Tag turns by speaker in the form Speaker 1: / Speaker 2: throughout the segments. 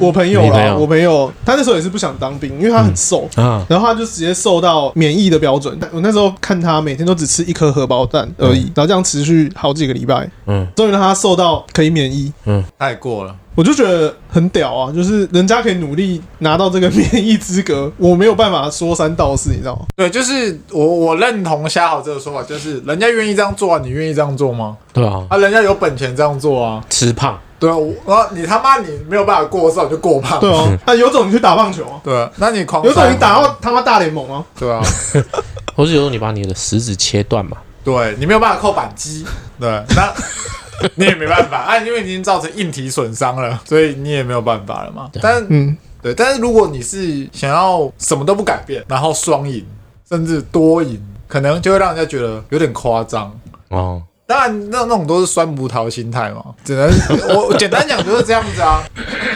Speaker 1: 我朋友
Speaker 2: 嗯你朋
Speaker 1: 啦，
Speaker 2: 友
Speaker 1: 我朋友他那时候也是不想当兵，因为他很瘦，
Speaker 2: 啊，
Speaker 1: 然后他就直接瘦到免疫的标准。我那时候看他每天都只吃一颗荷包蛋而已，然后这样持续好几个礼拜，
Speaker 2: 嗯，
Speaker 1: 终于让他瘦到可以免疫。
Speaker 3: 太过了，
Speaker 1: 我就觉得很屌啊！就是人家可以努力拿到这个 免疫资格，我没有办法说三道四，你知道吗？
Speaker 3: 对，就是我我认同虾好这个说法，就是人家愿意这样做啊，你愿意这样做吗？
Speaker 2: 对啊，
Speaker 3: 啊，人家有本钱这样做啊，
Speaker 2: 吃胖，
Speaker 3: 对啊，我啊你他妈你没有办法过瘦你就过胖，
Speaker 1: 对
Speaker 2: 嗯
Speaker 1: 啊，那有种你去打棒球啊，
Speaker 3: 对啊，那你狂
Speaker 1: 有种你打
Speaker 3: 到
Speaker 1: 到他妈大联盟啊！
Speaker 3: 对啊，
Speaker 2: 或是有时候你把你的食指切断嘛，
Speaker 3: 对你没有办法扣扳机，对，那你也没办法啊，因为你已经造成硬体损伤了，所以你也没有办法了嘛。但
Speaker 1: 嗯，
Speaker 3: 对，但是如果你是想要什么都不改变，然后双赢，甚至多赢，可能就会让人家觉得有点夸张。
Speaker 2: 哦，
Speaker 3: 当然，那那种都是酸葡萄心态嘛，只能 我我简单讲就是这样子啊。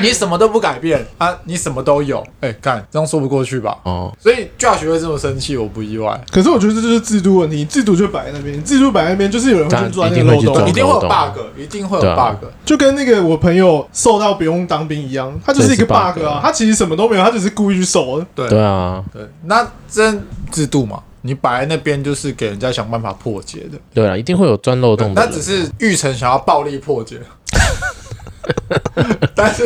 Speaker 3: 你什么都不改变啊，你什么都有，哎、看这样说不过去吧？
Speaker 2: 哦，
Speaker 3: 所以 Josh 会这么生气，我不意外，
Speaker 1: 可是我觉得这就是制度问题，制度就摆在那边，制度摆在那边就是有人会去钻那个漏
Speaker 2: 当然一定会去
Speaker 1: 洞
Speaker 2: 钻
Speaker 3: 一
Speaker 1: 啊，
Speaker 3: 定会有
Speaker 2: 懂懂
Speaker 3: bug，一定会有
Speaker 2: 对啊
Speaker 3: bug。
Speaker 1: 就跟那个我朋友瘦到不用当兵一样，他就是一个
Speaker 2: 这是
Speaker 1: bug
Speaker 2: bug
Speaker 1: 啊
Speaker 2: 啊，
Speaker 1: 他其实什么都没有，他只是故意去瘦的。
Speaker 3: 对
Speaker 2: 对啊，
Speaker 3: 对，那真制度嘛，你摆在那边就是给人家想办法破解的，
Speaker 2: 对啊，一定会有钻漏洞的
Speaker 3: 那
Speaker 2: 人，
Speaker 3: 只是玉成想要暴力 破解，但是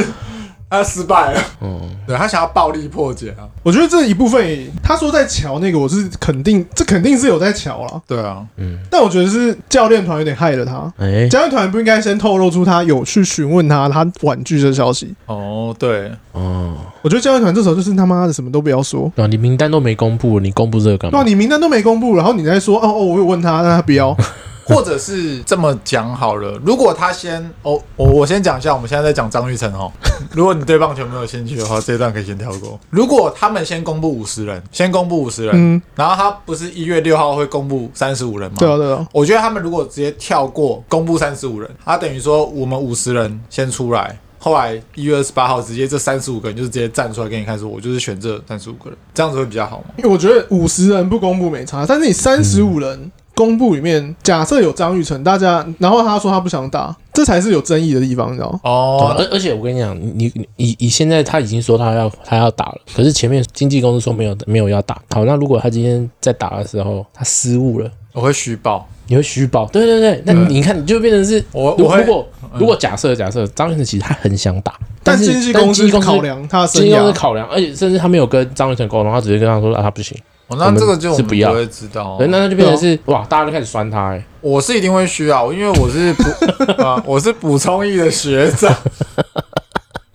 Speaker 3: 他失败了。
Speaker 2: 嗯，
Speaker 3: 对他想要暴力破解啊，
Speaker 1: 我觉得这一部分也，他说在瞧那个，我是肯定，这肯定是有在瞧啦。
Speaker 3: 对啊，
Speaker 1: 但我觉得是教练团有点害了他。
Speaker 2: 哎，
Speaker 1: 教练团不应该先透露出他有去询问他，他婉拒这消息。
Speaker 3: 哦，对，
Speaker 2: 哦，
Speaker 1: 我觉得教练团这时候就是他妈的什么都不要说，
Speaker 2: 对啊，你名单都没公布，你公布这个干
Speaker 1: 对 啊，？
Speaker 2: 嘛
Speaker 1: 你名单都没公布，然后你再说哦哦，我有问他，但他不要。
Speaker 3: 或者是这么讲好了，如果他先，哦，我我先讲一下，我们现在在讲张玉成哦。 如果你对棒球没有兴趣的话，这一段可以先跳过。如果他们先公布五十人，先公布五十人，
Speaker 1: 嗯
Speaker 3: 然后他不是一月六号会公布三十五人吗？
Speaker 1: 对啊，对啊，
Speaker 3: 我觉得他们如果直接跳过公布三十五人，他等于说我们五十人先出来，后来一月二十八号直接这三十五个人就是直接站出来给你看，说我就是选这三十五个人，这样子会比较好吗？
Speaker 1: 因为我觉得五十人不公布没差，但是你三十五人公布里面，假设有张玉成，大家然后他说他不想打，这才是有争议的地方，你知道吗？
Speaker 2: 对啊
Speaker 3: 哦，
Speaker 2: 而而且我跟你讲，你你以以现在他已经说他要他要打了，可是前面经纪公司说没有没有要打。好，那如果他今天在打的时候他失误了，
Speaker 3: 我会虚报，
Speaker 2: 你会虚报。对对对，那
Speaker 3: 对
Speaker 2: 你看你就变成是，
Speaker 3: 我
Speaker 2: 如
Speaker 3: 我会
Speaker 2: 如果如果假设假设张雨晨其实他很想打，
Speaker 1: 但
Speaker 2: 是
Speaker 1: 经纪
Speaker 2: 但
Speaker 1: 公司
Speaker 2: 经纪
Speaker 1: 考量他的生
Speaker 2: 经纪公司
Speaker 1: 涯，
Speaker 2: 考量，而且甚至他没有跟张雨晨沟通，他直接跟他说啊他不行，
Speaker 3: 哦，那这个就我
Speaker 2: 是
Speaker 3: 们
Speaker 2: 不要
Speaker 3: 会知道哦
Speaker 2: 对，。那他就
Speaker 3: 啊
Speaker 2: 变成是哇，大家就开始酸他哎，
Speaker 3: 我是一定会虚啊，因为我是补啊，我是补充役的学长。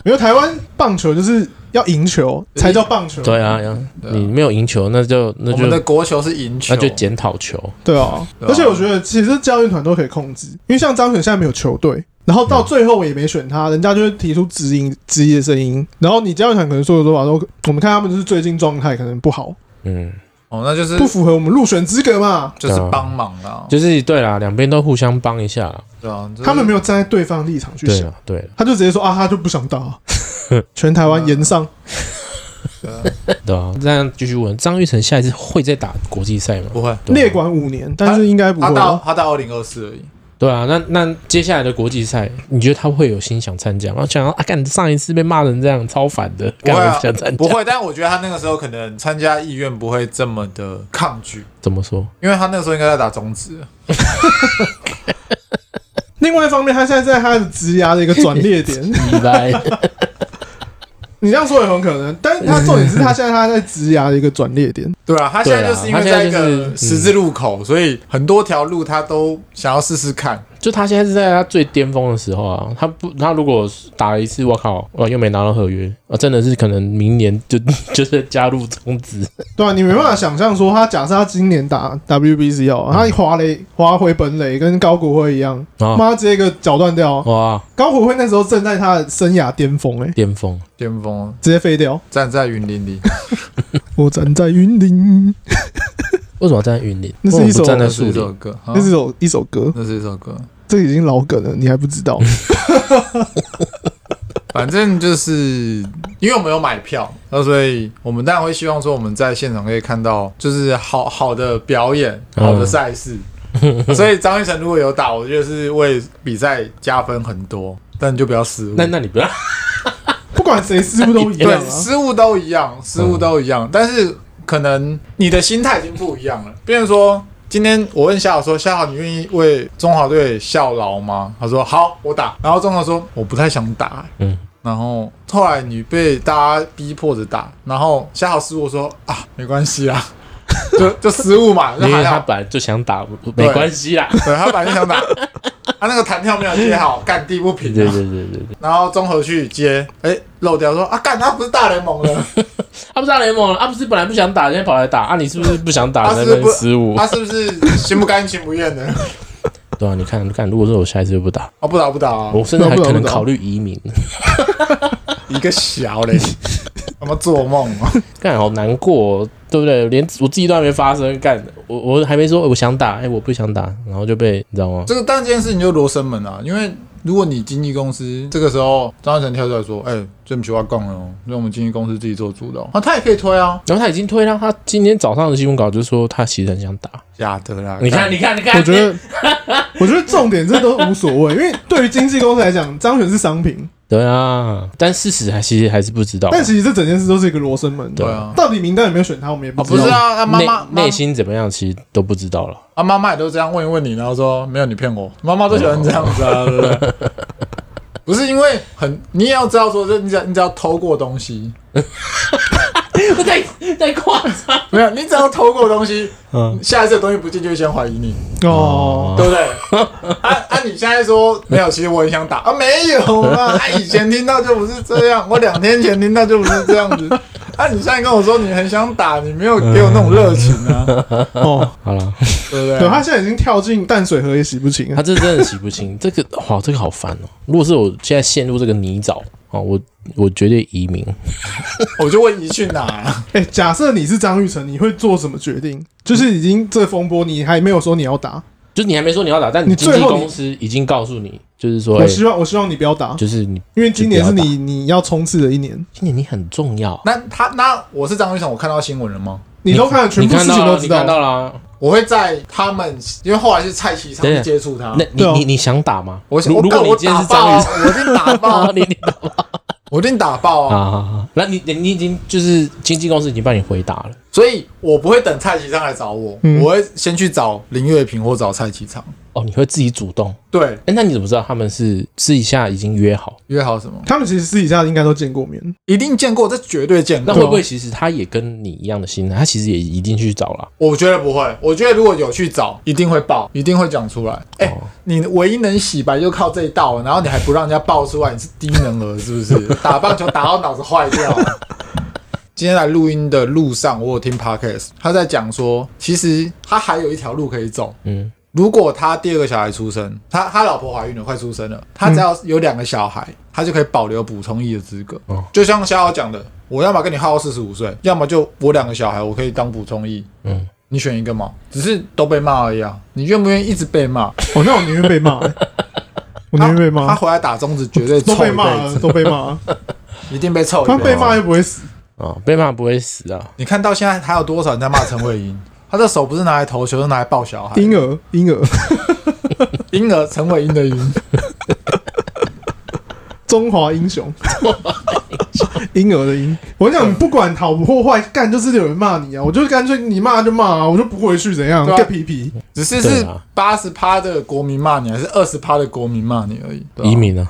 Speaker 1: 因为台湾棒球就是要赢球才叫棒球，
Speaker 2: 对啊，呀
Speaker 3: 对啊
Speaker 2: 你没有赢球，那就那
Speaker 3: 我们的
Speaker 2: 就
Speaker 3: 国球是赢球，
Speaker 2: 那就检讨球，
Speaker 1: 对啊，
Speaker 3: 对啊
Speaker 1: 而且我觉得其实教练团都可以控制，因为像张选现在没有球队，然后到最后我也没选他，人家就会提出质疑质疑的声音，然后你教练团可能说的说法都，我们看他们就是最近状态可能不好，
Speaker 2: 嗯，
Speaker 3: 哦，那就是
Speaker 1: 不符合我们入选资格嘛，
Speaker 3: 就是帮忙啦，
Speaker 2: 就是对啦，两边都互相帮一下啦，
Speaker 3: 对啊，就是
Speaker 1: 他们没有站在对方立场去
Speaker 2: 对
Speaker 1: 想，
Speaker 2: 了对了
Speaker 1: 他就直接说啊，他就不想 打，全台湾言上，
Speaker 3: 对啊
Speaker 2: 对啊，这样继续问张玉成下一次会再打国际赛吗？
Speaker 3: 不会，
Speaker 2: 对啊
Speaker 1: 列管五年，但是应该不
Speaker 3: 他
Speaker 1: 会啊
Speaker 3: 到
Speaker 1: 吧。
Speaker 3: 他到二零二四而已。
Speaker 2: 对啊，那那接下来的国际赛，你觉得他会有心想参加吗？想要啊，干上一次被骂成这样，超烦的，
Speaker 3: 不
Speaker 2: 干
Speaker 3: 会
Speaker 2: 我
Speaker 3: 啊
Speaker 2: 不想参加，
Speaker 3: 不会，但我觉得他那个时候可能参加意愿不会这么的抗拒，
Speaker 2: 怎么 说？
Speaker 3: 因为他那个时候应该在打中指。
Speaker 1: 另外一方面，他现在在他的职涯的一个转捩 点，
Speaker 2: 一来
Speaker 1: 你这样说也很可能，但是他重点是他现在他在职涯的一个转捩点，
Speaker 3: 对啊，他现在就是因为
Speaker 2: 对啊
Speaker 3: 在
Speaker 2: 他
Speaker 3: 一
Speaker 2: 现在就是
Speaker 3: 个
Speaker 2: 嗯
Speaker 3: 十字路口，所以很多条路他都想要试试看。
Speaker 2: 就他现在是在他最巅峰的时候啊，他不，他如果打了一次，我靠，我又没拿到合约啊，真的是可能明年就 就是加入中职，
Speaker 1: 对啊，你没办法想象说他假设他今年打 WBC
Speaker 2: 嗯
Speaker 1: 哦，他滑雷滑回本垒，跟高国辉一样，
Speaker 2: 啊
Speaker 1: 妈直接一个脚断掉。哦
Speaker 2: 哇，
Speaker 1: 高国辉那时候正在他的生涯巅峰，哎，
Speaker 2: 巅峰，
Speaker 3: 巅峰
Speaker 1: 直接废掉。
Speaker 3: 站在云林里，
Speaker 1: 我站在云林，
Speaker 2: 嗯为什么要站在云林？
Speaker 1: 那是
Speaker 2: 为
Speaker 1: 一
Speaker 2: 什
Speaker 1: 首
Speaker 2: 么不站在
Speaker 3: 那
Speaker 2: 树
Speaker 3: 是一首
Speaker 2: 林？
Speaker 3: 歌，啊
Speaker 1: 那是一首一首歌，
Speaker 3: 那是一首歌。
Speaker 1: 这已经老梗了，你还不知 道？
Speaker 3: 反正就是因为我们有买票，那所以我们当然会希望说我们在现场可以看到就是好好的表演、
Speaker 2: 嗯
Speaker 3: 好的赛事。所以张玉成如果有打，我觉得是为比赛加分很多，但你就不要失误。
Speaker 2: 那那你不要，
Speaker 1: 不管谁失误都一样
Speaker 3: 对，
Speaker 1: 啊。嗯
Speaker 3: 失误都一样，失误都一样，但是可能你的心态已经不一样了。变成说，今天我问夏豪说：“夏豪，你愿意为中华队效劳吗？”他说：“好，我打。”然后中华说：“我不太想打。”
Speaker 2: 嗯。
Speaker 3: 然后后来你被大家逼迫着打，然后夏豪失误说啊，没关系啊， 就就失 误嘛，就
Speaker 2: 因为
Speaker 3: 还
Speaker 2: 他
Speaker 3: 好。
Speaker 2: 本来就想打，没关系啦。
Speaker 3: 对他本来就想打，他那个弹跳没有接好，干地不平
Speaker 2: 对
Speaker 3: 啊。
Speaker 2: 对对对对对，
Speaker 3: 然后综合去接，哎，漏掉说啊，干他不是大联盟的，
Speaker 2: 啊不是大联盟了，啊不是本来不想打，现在跑来打，啊你是不是不想打
Speaker 3: 他
Speaker 2: 才
Speaker 3: 是不是啊
Speaker 2: 能失误？
Speaker 3: 他是不是心不甘情不愿的？
Speaker 2: 对啊，你看你看，如果说我下一次就不打，
Speaker 3: 啊，不打不打啊，
Speaker 2: 我甚至还
Speaker 1: 不打
Speaker 2: 可能
Speaker 1: 不打
Speaker 2: 考虑移民。
Speaker 3: 一个小嘞， 他妈做梦啊！
Speaker 2: 干好难过、哦，对不对？连我自己都还没发生，干我我还没说我想打，哎、我不想打，然后就被你知道吗？
Speaker 3: 这个但这件事情就罗生门啊，因为如果你经纪公司这个时候张成跳出来说，哎、对不起，我要杠了哦，让我们经纪公司自己做主的、哦，啊，他也可以推啊，
Speaker 2: 然后他已经推了，他今天早上的新闻稿就说他其实很想打。
Speaker 3: 假的啦，
Speaker 2: 你看，你看，你看，
Speaker 1: 我觉 得，我觉得重点这都无所谓，因为对于经纪公司来讲，张璇是商品，
Speaker 2: 对啊，但事实还其实还是不知道。
Speaker 1: 但其实这整件事都是一个罗生门。
Speaker 3: 对啊
Speaker 1: 到底名单有没有选他，我们也不
Speaker 2: 哦
Speaker 3: 啊，
Speaker 1: 知
Speaker 3: 不
Speaker 1: 道。
Speaker 3: 是啊，啊妈
Speaker 2: 内
Speaker 3: 妈
Speaker 2: 内
Speaker 3: 妈
Speaker 2: 心怎么样，其实都不知道了。
Speaker 3: 啊妈妈也都这样问一问你，然后说没有你骗我，妈妈都喜欢这样子 啊，对不对？不是因为很，你也要知道说，就你只要你只要偷过东西，
Speaker 2: 太 太夸张。
Speaker 3: 没有，你只要偷过东西，
Speaker 2: 嗯，
Speaker 3: 下一次东西不见就会先怀疑你，
Speaker 1: 哦，
Speaker 3: 对不对？啊啊！你现在说没有，其实我很想打啊，没有嘛。啊，以前听到就不是这样，我两天前听到就不是这样子。啊，你现在跟我说你很想打，你没有给我那种热情啊，
Speaker 1: 哦，
Speaker 2: 好了，
Speaker 3: 对不对？
Speaker 1: 对他现在已经跳进淡水河也洗不清
Speaker 2: 啊他
Speaker 1: 了。
Speaker 2: 这真的洗不清，这个哇，这个好烦哦。如果是我现在陷入这个泥沼哦，我我绝对移民。
Speaker 3: 我就问你去哪、啊？
Speaker 1: 哎，假设你是张玉成，你会做什么决定？就是已经这风波，你还没有说你要打，
Speaker 2: 就是你还没说你要打，但你
Speaker 1: 你
Speaker 2: 经
Speaker 1: 最
Speaker 2: 纪
Speaker 1: 后
Speaker 2: 公司已经告诉你，就是说，
Speaker 1: 我
Speaker 2: 哎
Speaker 1: 希望我希望你不要打，
Speaker 2: 就是你
Speaker 1: 因为今年是
Speaker 2: 就不
Speaker 1: 你你要冲刺的一年，
Speaker 2: 今年你很重要。
Speaker 3: 那他那我是张玉成，我看到新闻了吗？
Speaker 1: 你都看了全
Speaker 2: 你
Speaker 1: 部事
Speaker 2: 看
Speaker 1: 情
Speaker 2: 到
Speaker 1: 都
Speaker 2: 了，
Speaker 1: 知
Speaker 2: 你
Speaker 1: 道
Speaker 2: 看
Speaker 1: 了。
Speaker 2: 到了啊。
Speaker 3: 我会在他们，因为后来是蔡启昌
Speaker 2: 等等
Speaker 3: 接触他。
Speaker 2: 那你
Speaker 1: 对啊
Speaker 2: 你你想打吗？
Speaker 3: 我
Speaker 2: 如
Speaker 3: 我
Speaker 2: 如
Speaker 3: 干
Speaker 2: 果
Speaker 3: 我
Speaker 2: 你今天
Speaker 3: 打
Speaker 2: 是
Speaker 3: 爆、
Speaker 2: 张
Speaker 3: 啊
Speaker 2: 雨，，
Speaker 3: 我一定打爆、啊
Speaker 2: 你你
Speaker 3: 我一定打爆啊！
Speaker 2: 啊， 那你你你已经就是经纪公司已经帮你回答了。
Speaker 3: 所以我不会等蔡启昌来找我，
Speaker 1: 嗯
Speaker 3: 我会先去找林月平或找蔡启昌。
Speaker 2: 哦，你会自己主动？
Speaker 3: 对，
Speaker 2: 哎，那你怎么知道他们是私底下已经约好？
Speaker 3: 约好什么？
Speaker 1: 他们其实私底下应该都见过面，
Speaker 3: 一定见过，这绝对见
Speaker 2: 那
Speaker 3: 过。
Speaker 1: 啊
Speaker 2: 会不会其实他也跟你一样的心态？他其实也一定去找了。
Speaker 3: 我觉得不会，我觉得如果有去找，一定会爆，一定会讲出来。哎、
Speaker 2: 哦
Speaker 3: 你唯一能洗白就靠这一道，然后你还不让人家爆出来，你是低能儿是不是？ 打棒球打到脑子坏掉。今天来录音的路上，我有听 podcast，他在讲说，其实他还有一条路可以走。
Speaker 2: 嗯，
Speaker 3: 如果他第二个小孩出生，他他老婆怀孕了，快出生了，他只要有两个小孩，他就可以保留补充役的资格。
Speaker 2: 哦
Speaker 3: 就像小豪讲的，我要么跟你耗到四十五岁，要么就我两个小孩，我可以当补充役。
Speaker 2: 嗯，
Speaker 3: 你选一个嘛，只是都被骂而已啊。你愿不愿意一直被骂？
Speaker 1: 哦，那我宁愿被骂、欸我宁愿被
Speaker 3: 他
Speaker 1: 骂，
Speaker 3: 回来打中指绝对
Speaker 1: 都
Speaker 3: 臭
Speaker 1: 被
Speaker 3: 一
Speaker 1: 骂
Speaker 3: 辈
Speaker 1: 了，
Speaker 3: 子，啊
Speaker 1: 都被骂 了，
Speaker 3: 一定被臭一辈
Speaker 1: 他
Speaker 3: 子。
Speaker 1: 被骂又不会死。
Speaker 2: 哦，被骂不会死啊。
Speaker 3: 你看到现在还有多少人在骂陈慧英？ 他的手不是拿来投球，是拿来抱小孩。
Speaker 1: 婴儿，婴儿，
Speaker 3: 婴儿陈伟英的英，
Speaker 1: 中华英 雄，婴儿的婴。我想你不管好或坏，干就是有人骂你啊，我就干脆你骂就骂啊，我就不回去怎样？
Speaker 3: 对啊
Speaker 1: 个皮皮，
Speaker 3: 只是
Speaker 2: 对
Speaker 3: 是
Speaker 2: 啊
Speaker 3: 八十趴的国民骂你，还是二十趴的国民骂你而已。对啊
Speaker 2: 移民啊，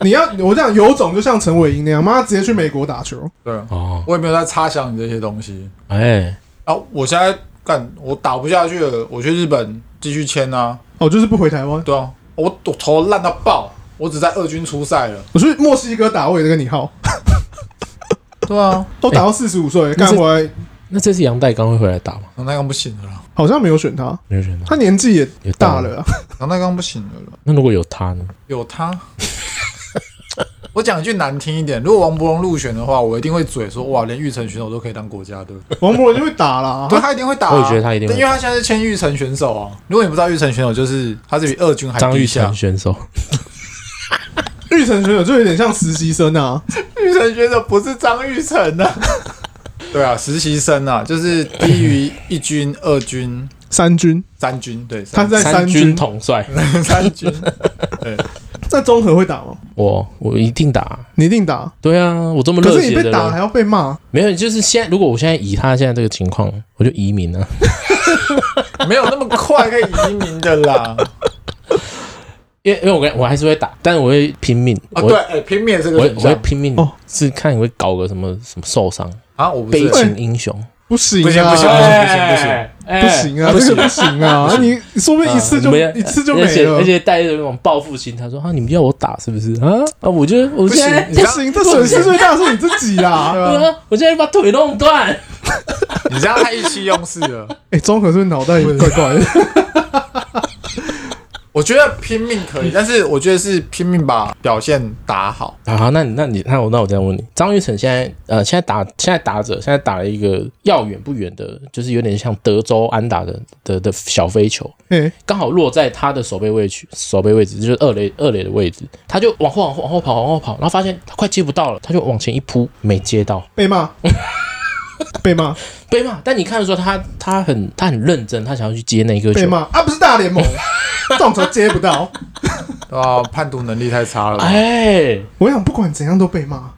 Speaker 1: 你要我这样有种，就像陈伟英那样，妈直接去美国打球。
Speaker 3: 对啊，
Speaker 2: 哦，
Speaker 3: 我也没有在插想你这些东西
Speaker 2: 哎，
Speaker 3: 啊。我现在干，我打不下去了，我去日本继续签啊。
Speaker 1: 哦，就是不回台湾，
Speaker 3: 对啊，我我头烂到爆，我只在二军出赛了。
Speaker 1: 我去墨西哥打，我也在跟你耗，
Speaker 3: 对啊，
Speaker 1: 都打到四十五
Speaker 3: 欸
Speaker 1: 岁，干
Speaker 2: 你是
Speaker 1: 回来
Speaker 2: 那这次杨代刚会回来打吗？
Speaker 3: 杨大刚不行了啦，
Speaker 1: 好像没有选他，
Speaker 2: 没有人啊。
Speaker 1: 他年纪也
Speaker 2: 也
Speaker 1: 大
Speaker 2: 到
Speaker 1: 了啊。
Speaker 3: 杨大刚不行了啦，
Speaker 2: 那如果有他呢？
Speaker 3: 有他。 我讲一句难听一点，如果王伯荣入选的话，我一定会嘴说哇，连玉成选手都可以当国 家队，
Speaker 1: 王博文就会打 啦，
Speaker 3: 对他一定会打、啊。
Speaker 2: 我也觉得他一定会
Speaker 3: 因为他现在是签玉成选手啊。如果你不知道玉成选手，就是他是比二军还
Speaker 2: 张
Speaker 3: 低
Speaker 2: 玉
Speaker 3: 下
Speaker 2: 成。选手，
Speaker 1: 玉成选手就有点像实习生啊，
Speaker 3: 玉成选手不是张玉成 啊。对啊，实习生啊，就是低于一军、二军、
Speaker 1: 三军，
Speaker 3: 三军，对，
Speaker 1: 他
Speaker 3: 三
Speaker 1: 是在
Speaker 2: 三
Speaker 1: 军
Speaker 2: 军统帅，
Speaker 3: 三军，对，
Speaker 1: 在综合会打吗？
Speaker 2: 我我一定打。
Speaker 1: 你一定打，
Speaker 2: 对啊，我这么热
Speaker 1: 可是你
Speaker 2: 血的
Speaker 1: 被打还
Speaker 2: 人，
Speaker 1: 要被骂，
Speaker 2: 没有，就是现在，如果我现在以他现在这个情况，我就移民啊了。
Speaker 3: 没有那么快可以移民的啦。
Speaker 2: 因为因为我跟我还是会打，但我会拼命。
Speaker 3: 啊，
Speaker 2: 我
Speaker 3: 对，哎，平面这个
Speaker 2: 我会
Speaker 3: 选
Speaker 2: 我会
Speaker 3: 项
Speaker 2: 拼命
Speaker 1: 哦，
Speaker 2: 是看你会搞个什么什么受伤，
Speaker 3: 啊，我不
Speaker 2: 悲
Speaker 3: 是
Speaker 2: 情哎英雄
Speaker 1: 不行
Speaker 3: 不行
Speaker 1: 啊，
Speaker 3: 不行
Speaker 1: 不
Speaker 2: 不
Speaker 1: 行啊，这个不行啊，你说不
Speaker 2: 哎
Speaker 1: 定一次就一次就没
Speaker 2: 啊而且
Speaker 1: 了
Speaker 2: 而，且带着那种报复心，他说啊，你们要我打是不是啊？啊，我就我
Speaker 3: 不
Speaker 2: 现
Speaker 3: 行
Speaker 2: 在，
Speaker 3: 你
Speaker 1: 不
Speaker 3: 这样
Speaker 1: 行，这损失最大是你自己 啦。对吧
Speaker 2: 啊，我现在把腿弄断。
Speaker 3: 你这样太意气用事了。
Speaker 1: 哎，综合是不是脑袋有点怪怪的？
Speaker 3: 我觉得拼命可以，但是我觉得是拼命把表现打好。
Speaker 2: 啊好，那你那你那我那我再问你，张雨晨现在呃现在打现在打者现在打了一个要远不远的，就是有点像德州安打的的的小飞球，
Speaker 1: 哎，
Speaker 2: 刚好落在他的手背位置，手背位置就是二垒二垒的位置，他就往后往后往后跑往后跑，然后发现他快接不到了，他就往前一扑，没接到，
Speaker 1: 被骂， 被骂，
Speaker 2: 被骂。但你看的时候，他他很他很认真，他想要去接那一个
Speaker 1: 被
Speaker 2: 球。
Speaker 1: 骂啊！不是大联 盟，这种球接不到。
Speaker 3: 对啊，判读能力太差了。
Speaker 2: 哎，
Speaker 1: 我想不管怎样都被骂，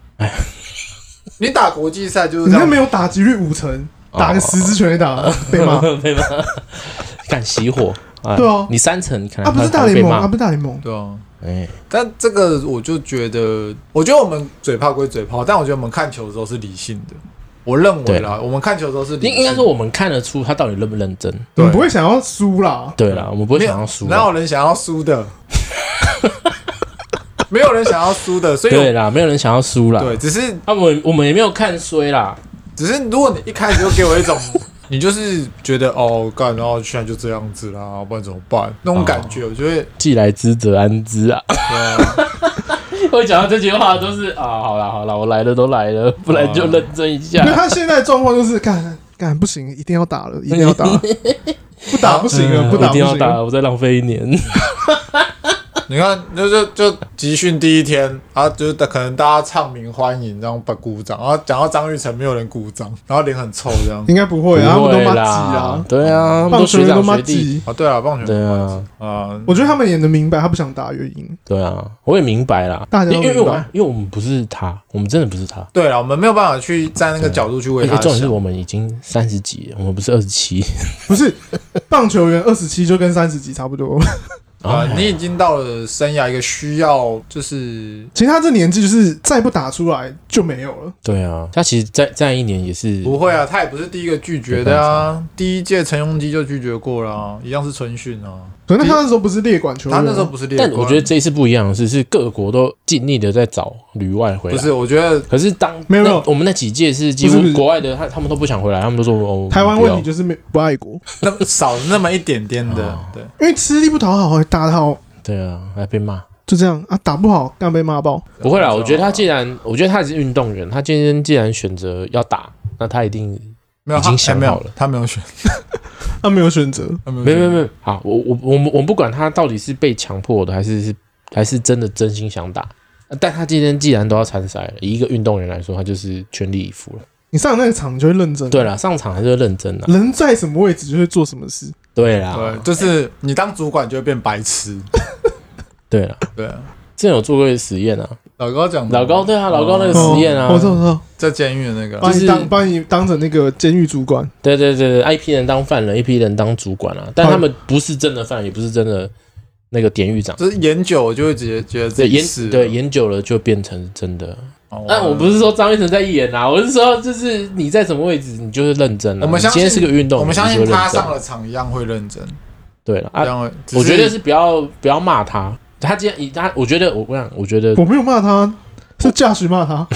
Speaker 3: 你打国际赛就是
Speaker 1: 你
Speaker 3: 这
Speaker 1: 那
Speaker 3: 样
Speaker 1: 没，有打击率五成，
Speaker 2: 哦
Speaker 1: 打个十支全垒打被骂
Speaker 2: 被骂，敢熄火。哎
Speaker 1: 对啊
Speaker 2: 你三层可能
Speaker 1: 啊！不是
Speaker 2: 他
Speaker 1: 大
Speaker 2: 会
Speaker 1: 联
Speaker 2: 被
Speaker 1: 盟
Speaker 2: 骂
Speaker 1: 啊，不是大联盟，
Speaker 3: 对啊。
Speaker 2: 哎，
Speaker 3: 但这个我就觉得，我觉得我们嘴炮归嘴炮，但我觉得我们看球的时候是理性的。我认为啦，我们看球的时候是理
Speaker 2: 应
Speaker 3: 性。
Speaker 2: 应该说我们看得出他到底认不认真。
Speaker 1: 你
Speaker 3: 对
Speaker 1: 不会想要输啦。
Speaker 2: 对啦，我们不会
Speaker 3: 没有
Speaker 2: 想要输啊。
Speaker 3: 哪有人想要 输的？没有人想要输的，所以
Speaker 2: 对啦，没有人想要输啦。
Speaker 3: 对，只是
Speaker 2: 啊，我们我们也没有看衰啦。
Speaker 3: 只是如果你一开始就给我一种，你就是觉得哦干，然后现在就这样子啦，不然怎么办？那种感觉，我觉得
Speaker 2: 既来之则安之啊。
Speaker 3: 对啊
Speaker 2: 会讲到这句话都是啊，好啦好啦，我来了都来了，不然就
Speaker 3: 哦
Speaker 2: 认真一下
Speaker 1: 因为。他现在的状况就是干干不行，一定要打了，一定要打， 不打不行了，不打
Speaker 2: 嗯一
Speaker 1: 不
Speaker 2: 定
Speaker 1: 行
Speaker 2: 要打，
Speaker 1: 了。
Speaker 2: 我再浪费一年。
Speaker 3: 你看，就就就集训第一天啊，就是可能大家唱名欢迎，然后把鼓掌，然后讲到张玉成，没有人鼓掌，然后脸很臭这样。
Speaker 1: 应该不会啊，他
Speaker 2: 不
Speaker 1: 们都
Speaker 2: 会
Speaker 1: 骂鸡
Speaker 2: 啦
Speaker 1: 啊，，
Speaker 2: 对啊，他们
Speaker 1: 棒球
Speaker 2: 都学
Speaker 1: 员都
Speaker 2: 长
Speaker 1: 骂
Speaker 2: 学弟，
Speaker 1: 鸡。
Speaker 3: 啊，对啊，棒球
Speaker 2: 对啊，
Speaker 3: 啊，
Speaker 1: 我觉得他们也能明白，他不想打原因。
Speaker 2: 对啊，我也明白啦，
Speaker 1: 大家都
Speaker 2: 因为因为
Speaker 1: 明白
Speaker 2: 我们因为我们不是他，我们真的不是他。
Speaker 3: 对了，我们没有办法去站那个角度去
Speaker 2: 而
Speaker 3: 为
Speaker 2: 且
Speaker 3: 他
Speaker 2: 重点是
Speaker 3: 想。
Speaker 2: 我们已经三十几了，我们不是二十七
Speaker 1: 不是棒球员二十七就跟三十几差不多，
Speaker 3: 啊、
Speaker 2: 哦
Speaker 3: 你已经到了生涯一个需要，就是
Speaker 1: 其实他这年纪就是再不打出来就没有了。
Speaker 2: 对啊，他其实再再一年也是
Speaker 3: 不会啊，他也不是第一个拒绝的啊，第一届陈庸基就拒绝过啦、一样是春训啊，
Speaker 1: 可能他那时候不是列管球员
Speaker 3: 他
Speaker 1: 啊，
Speaker 3: 那时候不是列
Speaker 2: 但
Speaker 3: 官，
Speaker 2: 我觉得这一次不一样的是，是各国都尽力的在找旅外回来。
Speaker 3: 不是，我觉得
Speaker 2: 可是当
Speaker 1: 没有
Speaker 2: 那
Speaker 1: 没有
Speaker 2: 我们那几届是几
Speaker 1: 不是不
Speaker 2: 乎
Speaker 1: 是
Speaker 2: 国外的，他他们都不想回来，他们都说哦，
Speaker 1: 台湾
Speaker 2: 不要
Speaker 1: 问题就是没不爱国，
Speaker 3: 那么少那么一点点的
Speaker 2: 哦，
Speaker 3: 对，
Speaker 1: 因为吃力不讨好，打得好
Speaker 2: 对啊，还被骂。
Speaker 1: 就这样啊，打不好干被骂爆。
Speaker 2: 不会啦，
Speaker 3: 没错啊
Speaker 2: 我觉得他既然我觉得他也是运动员，他今天既然选择要打，那他一定
Speaker 3: 没有
Speaker 2: 已经
Speaker 3: 他
Speaker 2: 想
Speaker 3: 哎没有
Speaker 2: 好了
Speaker 3: 他没有选，
Speaker 1: 他没有选择，
Speaker 3: 他没有
Speaker 2: 没
Speaker 3: 选
Speaker 2: 有没有没有嗯好，我我我们我们不管他到底是被强迫的，还是是还是真的真心想打，但他今天既然都要参赛了，以一个运动员来说，他就是全力以赴了。
Speaker 1: 你上那个场你就会认真。
Speaker 2: 对，啦，上场还是要认真啦。
Speaker 1: 人在什么位置就会做什么事。
Speaker 2: 对啦，
Speaker 3: 对，就是你当主管就会变白痴，
Speaker 2: 对啦，
Speaker 3: 对，
Speaker 2: 之前有做过一个实验啊，
Speaker 3: 老高讲的
Speaker 2: 老高对啊，老高那个实验啊
Speaker 1: 哦，我知道，我知道，
Speaker 3: 在监狱的那
Speaker 1: 把
Speaker 3: 个，
Speaker 2: 就是
Speaker 1: 你当把你当成那个监狱主管，
Speaker 2: 对对对对，啊一批人当犯人，一批人当主管啊，但他们不是真的犯人，也不是真的那个典狱长。
Speaker 3: 就是研究我就会直接觉得自
Speaker 2: 对
Speaker 3: 己
Speaker 2: 演
Speaker 3: 是啊
Speaker 2: 对演久了就变成真的。
Speaker 3: 哦
Speaker 2: 但我不是说张一晨在演啦，我是说就是你在什么位置，你就是认真啊。
Speaker 3: 我们
Speaker 2: 你
Speaker 3: 相
Speaker 2: 今
Speaker 3: 信
Speaker 2: 天是个运动员，
Speaker 3: 我们相
Speaker 2: 你
Speaker 3: 信
Speaker 2: 就会
Speaker 3: 他
Speaker 2: 认真
Speaker 3: 上了场一样会认真，
Speaker 2: 对了
Speaker 3: 一
Speaker 2: 啊，
Speaker 3: 样会，只
Speaker 2: 我觉得是不要不要骂他。他今天以他，我觉得我我想，我觉得
Speaker 1: 我没有骂他，是驾驶 骂他。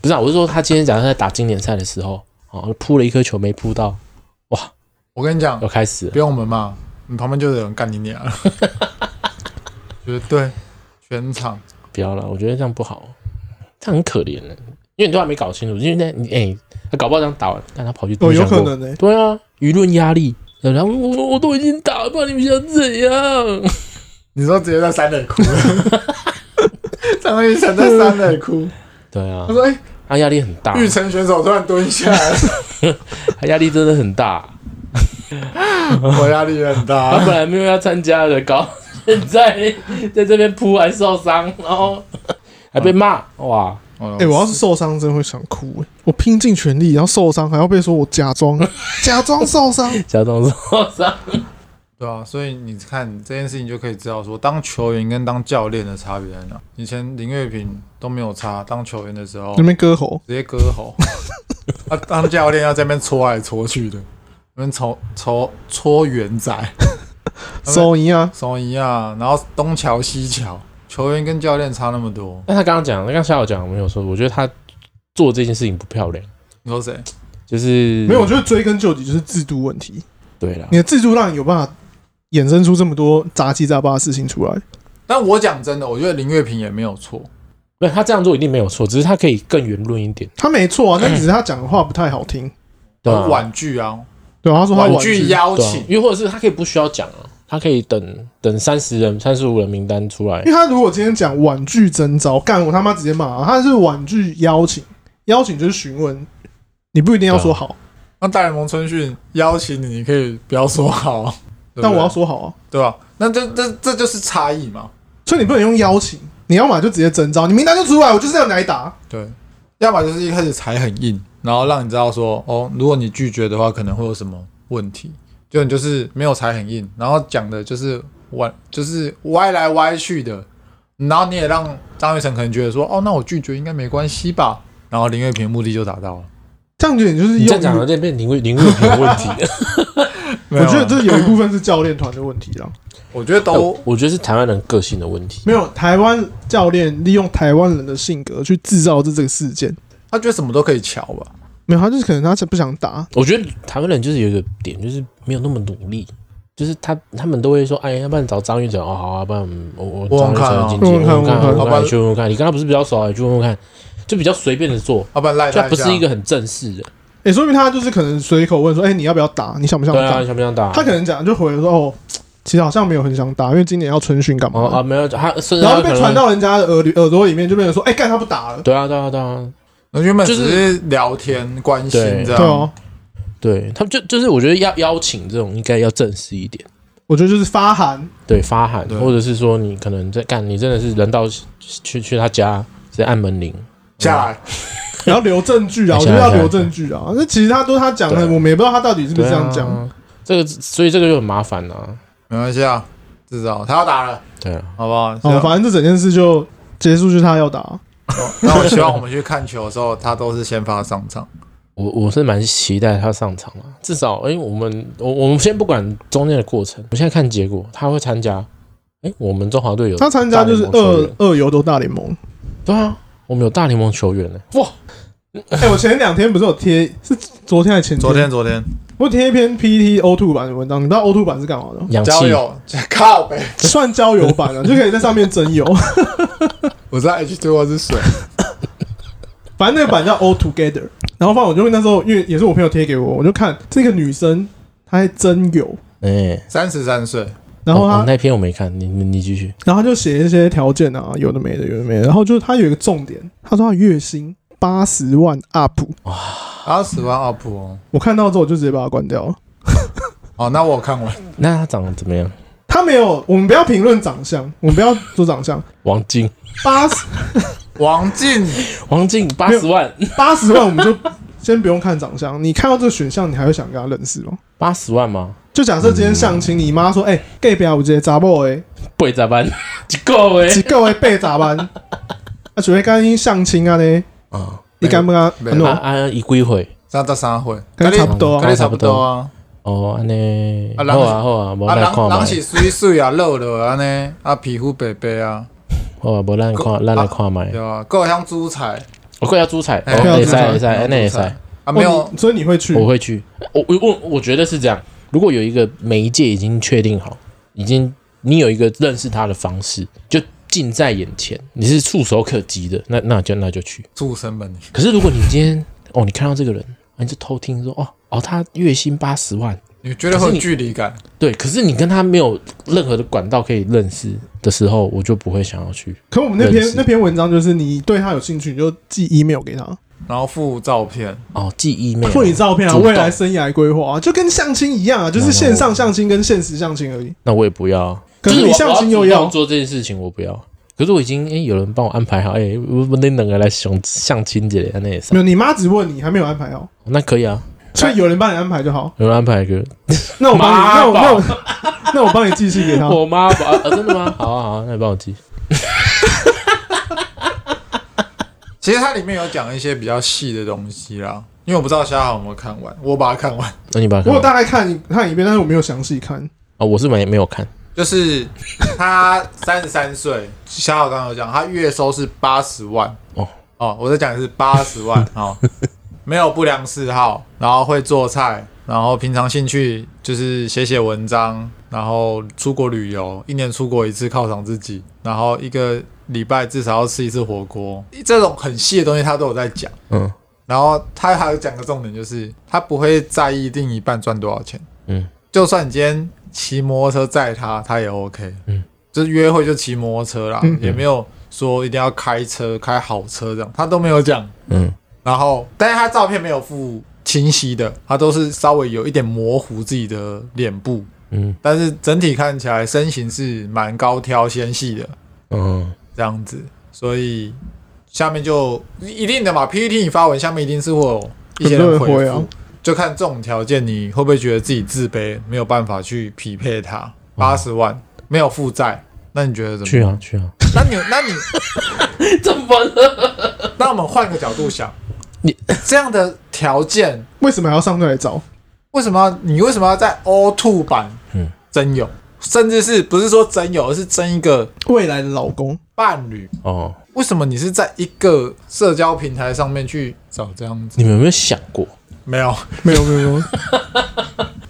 Speaker 2: 不是啊，我是说他今天假如在打经典赛的时候，哦，扑了一颗球没扑到，
Speaker 3: 我跟你讲
Speaker 2: 要，开始了
Speaker 3: 不用我们骂，你旁边就有人干你 娘了，绝对全场。
Speaker 2: 不要了，我觉得这样不好，他很可怜的，因为你都还没搞清楚，因为那你哎、他搞不好这样打完，但他跑去
Speaker 1: 哦，有可
Speaker 2: 想过
Speaker 1: 能呢。
Speaker 2: 对啊，舆论压力，然后我我我都已经打了，不然你们想怎样？
Speaker 3: 你说直接在三垒哭， 张玉成在三垒哭。
Speaker 2: 对啊
Speaker 3: 他，说：“哎、
Speaker 2: 他压力很大，
Speaker 3: 玉成选手突然蹲下来，
Speaker 2: 他压力真的很大，
Speaker 3: 我压力很
Speaker 2: 他
Speaker 3: 大。
Speaker 1: 啊
Speaker 2: 本来没有要参加的，搞现在在这边扑还受伤，然后还被骂，哇！
Speaker 3: 哎
Speaker 1: 哎、我要是受伤，真的会想哭、欸。我拼尽全力，然后受伤还要被说我假 装假装受伤，
Speaker 2: 小董受伤，
Speaker 3: 对啊，所以你看这件事情就可以知道说，当球员跟当教练的差别在哪。以前林月平都没有差，当球员的时候
Speaker 1: 那边割喉。
Speaker 3: 直接割喉， 啊，当教练要在那边搓来搓去的，那边搓搓搓圆 仔，
Speaker 1: 收银啊，
Speaker 3: 什么一样，然后东瞧西瞧，球员跟教练差那么多。
Speaker 2: 那他刚刚讲，刚刚小友讲，我没有说，我觉得他做这件事情不漂亮，
Speaker 3: 你说谁？
Speaker 2: 就是
Speaker 1: 没有，我觉得追根究底就是制度问题。
Speaker 2: 对了
Speaker 1: 你，的制度让你有办法衍生出这么多杂七杂八的事情出来。
Speaker 3: 但我讲真的，我觉得林月平也没有错。
Speaker 2: 没有他这样做一定没有错，只是他可以更圆润一点，
Speaker 1: 他没错啊，
Speaker 2: 嗯
Speaker 1: 但只是他讲的话不太好听。
Speaker 2: 对
Speaker 3: 我
Speaker 2: 吧？
Speaker 3: 婉拒啊，
Speaker 1: 对啊，他说他
Speaker 3: 婉
Speaker 1: 婉
Speaker 3: 拒
Speaker 1: 拒，
Speaker 3: 邀
Speaker 2: 对啊
Speaker 3: 请，
Speaker 2: 因为或者是他可以不需要讲啊，他可以等等三十人、三十五人名单出来
Speaker 1: 因为，他如果今天讲婉拒征召，干我他妈直接骂啊他是婉拒邀请，邀请就是询问，你不一定要说好，
Speaker 3: 那大联盟春训邀请你，你可以不要说好啊，对不对
Speaker 1: 但我要说好啊，
Speaker 3: 对吧、那这这这就是差异嘛，
Speaker 1: 所以你不能用邀请，你要么就直接征召，你名单就出来，我就是要你来打。
Speaker 3: 对，要么就是一开始踩很硬，然后让你知道说，哦，如果你拒绝的话，可能会有什么问题，就你就是没有踩很硬，然后讲的就是歪，就是歪来歪去的，然后你也让张玉成可能觉得说，哦，那我拒绝应该没关系吧，然后林月平的目的就达到了，
Speaker 1: 这样有点就是
Speaker 2: 你
Speaker 1: 用
Speaker 2: 这样讲
Speaker 1: 语，
Speaker 2: 有点变林慧林慧萍的 问题。
Speaker 1: 我
Speaker 3: 啊
Speaker 1: 觉得这有一部分是教练团的问题啦。
Speaker 3: 我觉得都
Speaker 2: 哎我 我觉得是台湾人个性的问题。
Speaker 1: 没有台湾教练利用台湾人的性格去制造这这个事件，
Speaker 3: 他觉得什么都可以瞧吧，
Speaker 1: 没有，他就是可能他是不想打，
Speaker 2: 我觉得台湾人就是有一个点，就是没有那么努力，就是他他们都会说，哎，要不然找张玉成哦，好啊，不然我我
Speaker 3: 问问
Speaker 2: 张玉
Speaker 3: 看
Speaker 2: 成
Speaker 3: 啊
Speaker 2: 经纪，我
Speaker 1: 问问看
Speaker 2: 看
Speaker 1: 问问看
Speaker 2: 我
Speaker 3: 好吧
Speaker 2: 看，你去问问看，你跟他不是比较熟啊，你去问问看，就比较随便的做，
Speaker 3: 啊要不然赖
Speaker 2: 就
Speaker 3: 他
Speaker 2: 他不是一
Speaker 3: 下
Speaker 2: 个很正式的，
Speaker 1: 也、说明他就是可能随口问说，哎、你要不要打？你想不想
Speaker 2: 对
Speaker 1: 打？
Speaker 2: 啊，你想不想打？
Speaker 1: 他可能讲就回了说，哦，其实好像没有很想打，因为今年要春训干嘛
Speaker 2: 哦啊，没有，他甚至
Speaker 1: 然
Speaker 2: 他
Speaker 1: 后
Speaker 2: 可
Speaker 1: 就被
Speaker 2: 能
Speaker 1: 传，到人家的耳里耳朵里面，就变成说，哎、干他不打了，
Speaker 2: 对啊，对啊，对啊，
Speaker 3: 那原本
Speaker 2: 就
Speaker 3: 只
Speaker 2: 是
Speaker 3: 是聊天关心
Speaker 2: 对
Speaker 3: 这
Speaker 1: 对
Speaker 3: 样，
Speaker 1: 哦、
Speaker 2: 对他们就就是我觉得要邀请这种应该要正式一点，
Speaker 1: 我觉得就是发函，
Speaker 2: 对，发函，
Speaker 3: 对
Speaker 2: 或者是说你可能在干，你真的是人到去去他家，直接按门铃，
Speaker 3: 下来
Speaker 1: 然后留证据啊，我
Speaker 2: 哎
Speaker 1: 觉得
Speaker 2: 现在
Speaker 1: 要留证据啊。那其实他都他讲的，
Speaker 2: 对
Speaker 1: 我们也不知道他到底是不
Speaker 2: 对
Speaker 1: 是这样讲。
Speaker 2: 啊，这个所以这个就很麻烦啊。
Speaker 3: 没关系啊，至少他要打了，
Speaker 2: 对啊，
Speaker 3: 好不好？
Speaker 1: 哦，反正这整件事就结束，就是他要打。
Speaker 3: 那我希望我们去看球的时候，他都是先发 上场。
Speaker 2: 我我是蛮期待他上场啊，至少哎、诶我们我我们先不管中间的过程，我们现在看结果，他会参加。哎、我们中华队有
Speaker 1: 他参加就是
Speaker 2: 大联盟球
Speaker 1: 二
Speaker 2: 员
Speaker 1: 二游都大联盟。
Speaker 2: 对啊，我们有大联盟球员呢、哇，
Speaker 1: 哎，我前两天不是有贴，是昨天还前
Speaker 3: 昨天，昨天
Speaker 1: 我贴一篇 PT O two 版的文章，你知道 O two 版是干嘛的吗？
Speaker 2: 哦氧气
Speaker 3: 交友 靠呗，
Speaker 1: 算交友版啊的，就可以在上面征友。
Speaker 3: 我知道 H two O 是水，
Speaker 1: 反正那个版叫 All Together。然后反正我就那时候，因为也是我朋友贴给我，我就看这个女生她在征友，
Speaker 2: 哎、
Speaker 3: 三十三岁，
Speaker 1: 然后
Speaker 2: 哦
Speaker 1: 她
Speaker 2: 哦那篇我没看，你你你继续。
Speaker 1: 然后他就写一些条件啊，有的没的，有的没的。然后就是他有一个重点，他说他月薪八十万 up。
Speaker 3: 八十万 up 哦。
Speaker 1: 我看到之后我就直接把他关掉了。
Speaker 3: 哦，那我有看完，
Speaker 2: 那他长得怎么样？
Speaker 1: 他没有，我们不要评论长相，我们不要说长相。
Speaker 2: 王晶，
Speaker 1: 八十
Speaker 3: 王静
Speaker 2: 王晶八十万，
Speaker 1: 八十万，我们就先不用看长相。你看到这个选项，你还会想跟他认识吗？
Speaker 2: 八十万吗？
Speaker 1: 就假设今天相亲，你妈说：“哎、gay 表有一个查某诶，
Speaker 2: 不会咋 办？一个 诶
Speaker 1: 一个诶八十万，啊，就会跟因相亲啊呢，
Speaker 2: 啊，
Speaker 1: 你敢不敢？”
Speaker 3: 没
Speaker 2: 啊
Speaker 1: 喏，
Speaker 2: 啊，一归回
Speaker 3: 三十三岁，
Speaker 1: 跟他差不多
Speaker 3: 跟
Speaker 1: 啊。
Speaker 3: 你差不多啊。
Speaker 2: 哦，安尼
Speaker 3: 啊
Speaker 2: 好
Speaker 3: 人是
Speaker 2: 啊好啊，无
Speaker 3: 啊，
Speaker 2: 咱
Speaker 3: 人
Speaker 2: 看嘛
Speaker 3: 人，是水水啊，肉肉啊呢，啊皮肤白白啊，
Speaker 2: 好啊，无咱看，咱来看麦。
Speaker 3: 对啊，够像猪彩
Speaker 2: 我会要猪彩，
Speaker 3: 哎
Speaker 2: 哎哦，
Speaker 1: 要
Speaker 2: 也
Speaker 1: 猪
Speaker 2: 塞
Speaker 1: 彩
Speaker 2: 也塞，哎那也塞，
Speaker 3: 啊，没
Speaker 1: 哦
Speaker 3: 有
Speaker 1: 你所以你会去？
Speaker 2: 我会去。我我我我觉得是这样，如果有一个媒介已经确定好，已经你有一个认识他的方式，就近在眼前，你是触手可及的，那那就那就去。
Speaker 3: 畜生吧你，
Speaker 2: 可是如果你今天哦，你看到这个人，啊你就偷听说哦哦，他月薪八十万，
Speaker 3: 你觉得会有距离感？
Speaker 2: 对，可是你跟他没有任何的管道可以认识的时候，我就不会想要去。
Speaker 1: 可我们那篇
Speaker 2: 认识
Speaker 1: 那篇文章就是你对他有兴趣，你就寄 email 给他，
Speaker 3: 然后附照片，
Speaker 2: 哦，记忆妹，
Speaker 1: 或你照片啊，
Speaker 2: 主动
Speaker 1: 未来生涯规划啊，就跟相亲一样啊，就是线上相亲跟现实相亲而已。
Speaker 2: 那我也不要啊。
Speaker 1: 可
Speaker 2: 就是是
Speaker 1: 你
Speaker 2: 我
Speaker 1: 像
Speaker 2: 我
Speaker 1: 亲友
Speaker 2: 主
Speaker 1: 要
Speaker 2: 动做这件事情，我不要。可是我已经哎、诶有人帮我安排好，哎、我我那两个来相相亲节，那也是
Speaker 1: 没，有，你妈只问你还没有安排好，
Speaker 2: 那可以啊，
Speaker 1: 所以有人帮你安排就好。
Speaker 2: 有人安排一个。
Speaker 1: 那我帮你，
Speaker 2: 妈
Speaker 1: 那我
Speaker 2: 宝
Speaker 1: 那我那我帮你寄信给他。
Speaker 2: 我妈把、 啊，真的吗？好啊好啊，那你帮我记。
Speaker 3: 其实它里面有讲一些比较细的东西啦，因为我不知道虾好有没有看完，我把它看完。
Speaker 2: 那你把它
Speaker 1: 我
Speaker 2: 看
Speaker 1: 有
Speaker 2: 完。
Speaker 1: 大概看一看一遍，但是我没有详细看。
Speaker 2: 啊，我是没没有看。
Speaker 3: 就是他三十三岁，小好刚刚有讲，他月收是八十万
Speaker 2: 哦
Speaker 3: 哦，我在讲的是八十万哦，没有不良嗜好，然后会做菜，然后平常兴趣就是写写文章，然后出国旅游，一年出国一次犒赏自己，然后一个礼拜至少要吃一次火锅，这种很细的东西他都有在讲。
Speaker 2: 嗯
Speaker 3: 然后他还有讲个重点，就是他不会在意另一半赚多少钱。
Speaker 2: 嗯，
Speaker 3: 就算你今天骑摩托车载他，他也 OK。
Speaker 2: 嗯，
Speaker 3: 就是约会就骑摩托车啦，
Speaker 1: 嗯
Speaker 3: 也没有说一定要开车开好车这样，他都没有讲。
Speaker 2: 嗯
Speaker 3: 然后，但是他照片没有附清晰的，他都是稍微有一点模糊自己的脸部，
Speaker 2: 嗯
Speaker 3: 但是整体看起来身形是蛮高挑纤细的。
Speaker 2: 嗯
Speaker 3: 这样子，所以下面就一定的嘛，PPT 你发文下面一定是会有一些人
Speaker 1: 很多人
Speaker 3: 回
Speaker 1: 回
Speaker 3: 复
Speaker 1: 啊，
Speaker 3: 就看这种条件你会不会觉得自己自卑，没有办法去匹配它。八十万没有负债，那你觉得怎么
Speaker 2: 去
Speaker 3: 样？
Speaker 2: 啊去啊！
Speaker 3: 那你那你
Speaker 2: 怎么了？
Speaker 3: 那我们换个角度想，
Speaker 2: 你
Speaker 3: 这样的条件，
Speaker 1: 为什么还要上这来找？
Speaker 3: 为什么要你为什么要在 O two 版
Speaker 2: 嗯
Speaker 3: 真有，甚至是不是说真有，而是争一个
Speaker 1: 未来的老公，
Speaker 3: 伴侣？
Speaker 2: 哦，
Speaker 3: 为什么你是在一个社交平台上面去找这样子？
Speaker 2: 你们有没有想过？
Speaker 3: 没有，
Speaker 1: 没有没有没有，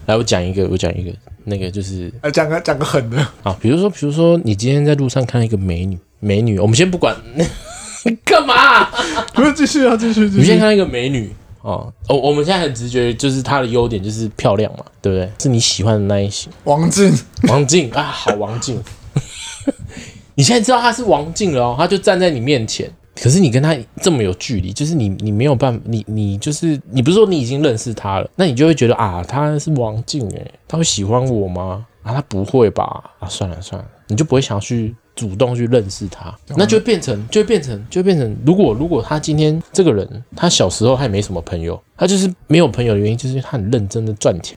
Speaker 2: 来，我讲一个，我讲一个，那个就是
Speaker 3: 呃，讲个讲个狠的，
Speaker 2: 啊，比如说，比如说，你今天在路上看到一个美女，美女，我们先不管 干嘛，
Speaker 1: 不是继续啊，继续
Speaker 2: 你
Speaker 1: 继
Speaker 2: 先
Speaker 1: 续
Speaker 2: 看。到一个美女哦，哦，我们现在很直觉，就是她的优点就是漂亮嘛，对不对？是你喜欢的那一型，
Speaker 3: 王静，
Speaker 2: 王静啊，好王静， 你现在知道她是王静了哦，她就站在你面前。可是你跟她这么有距离，就是你你没有办法，你你就是你不是说你已经认识她了，那你就会觉得啊，她是王静诶，她会喜欢我吗？啊，她不会吧？啊，算了算了，你就不会想要去主动去认识她，那就会变成就会变成就会变成，如果如果她今天这个人，她小时候她也没什么朋友，她就是没有朋友的原因，就是因为她很认真的赚钱，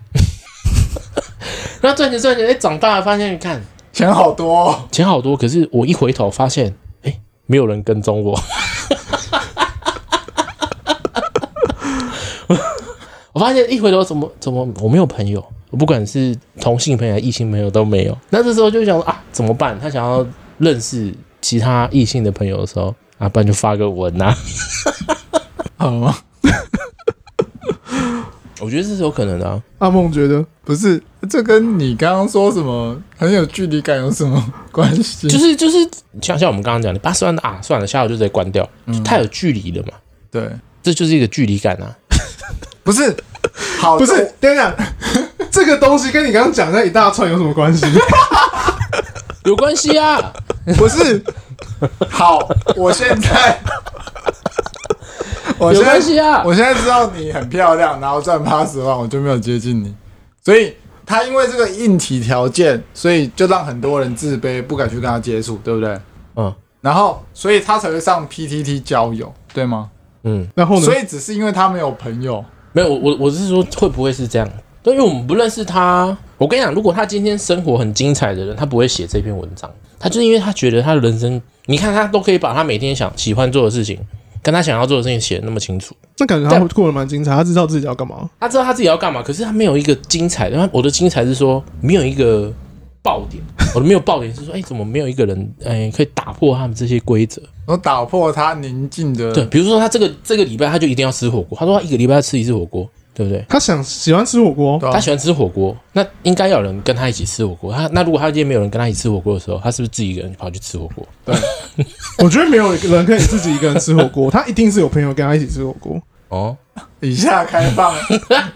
Speaker 2: 那赚钱赚钱，哎、长大了发现看
Speaker 3: 钱好多、哦，
Speaker 2: 钱好多，可是我一回头发现，哎、没有人跟踪我。 我发现一回头怎么怎么我没有朋友，我不管是同性朋友、异性朋友都没有。那这时候就想说啊，怎么办？他想要认识其他异性的朋友的时候，啊，不然就发个文啊。
Speaker 3: 好了吗？
Speaker 2: 我觉得这是有可能的、啊。
Speaker 1: 阿梦觉得
Speaker 3: 不是，这跟你刚刚说什么很有距离感有什么关 系？
Speaker 2: 就是就是像像我们刚刚讲的，八十万的啊，算了，下午就直接关掉，就太有距离了嘛，
Speaker 3: 对，
Speaker 2: 这就是一个距离感啊。
Speaker 3: 不是，好，
Speaker 1: 不是，等一下， 这个东西跟你刚刚讲那一大串有什么关 系？
Speaker 2: 有关系啊，
Speaker 3: 不是，好，我现在，我
Speaker 2: 有
Speaker 3: 现在
Speaker 2: 关，系啊。
Speaker 3: 我现在知道你很漂亮，然后赚八十万，我就没有接近你，所以。他因为这个硬体条件，所以就让很多人自卑，不敢去跟他接触，对不对？
Speaker 2: 嗯
Speaker 3: 然后，所以他才会上 PTT 交友，对吗？
Speaker 2: 嗯，
Speaker 1: 然后呢
Speaker 3: 所？以只是因为他没有朋友，
Speaker 2: 没有，我我我是说会不会是这样？对，因为我们不认识他。我跟你讲，如果他今天生活很精彩的人，他不会写这篇文章。他就是因为他觉得他的人生，你看他都可以把他每天想喜欢做的事情，跟他想要做的事情写的那么清楚。
Speaker 1: 那感觉他过得蛮精彩，他知道自己要干嘛。
Speaker 2: 他知道他自己要干嘛，可是他没有一个精彩的。然后我的精彩是说没有一个爆点，我的没有爆点是说，哎、怎么没有一个人，哎、可以打破他们这些规则？
Speaker 3: 然后打破他宁静
Speaker 2: 对，
Speaker 3: 的。
Speaker 2: 比如说他这个这个礼拜他就一定要吃火锅，他说他一个礼拜要吃一次火锅，对不对？
Speaker 1: 他想喜欢吃火锅，
Speaker 3: 对啊
Speaker 2: 他喜欢吃火锅，那应该有人跟他一起吃火锅。他那如果他今天没有人跟他一起吃火锅的时候，他是不是自己一个人跑去吃火锅？
Speaker 1: 我觉得没有人可以自己一个人吃火 锅，他一定是有朋友跟他一起吃火锅。
Speaker 2: 哦，
Speaker 3: 以下开放，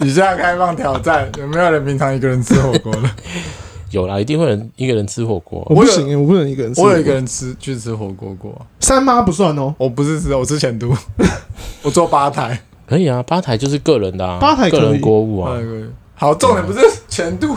Speaker 3: 以下开放挑战，有没有人平常一个人吃火 锅的？
Speaker 2: 有啦，一定会有人一个人吃火锅。啊
Speaker 1: 我
Speaker 3: 我
Speaker 1: 不
Speaker 3: 有
Speaker 1: 行，我不能一个人吃火
Speaker 3: 我
Speaker 1: 锅。
Speaker 3: 有一个人吃去吃火锅过，
Speaker 1: 三妈不算哦，
Speaker 3: 我不是吃，我吃前 都，我做吧台。
Speaker 2: 可以啊，吧台就是个人的啊，
Speaker 1: 吧台可以
Speaker 3: 哎
Speaker 2: 个人锅物啊
Speaker 3: 那。个好，重点不是前度，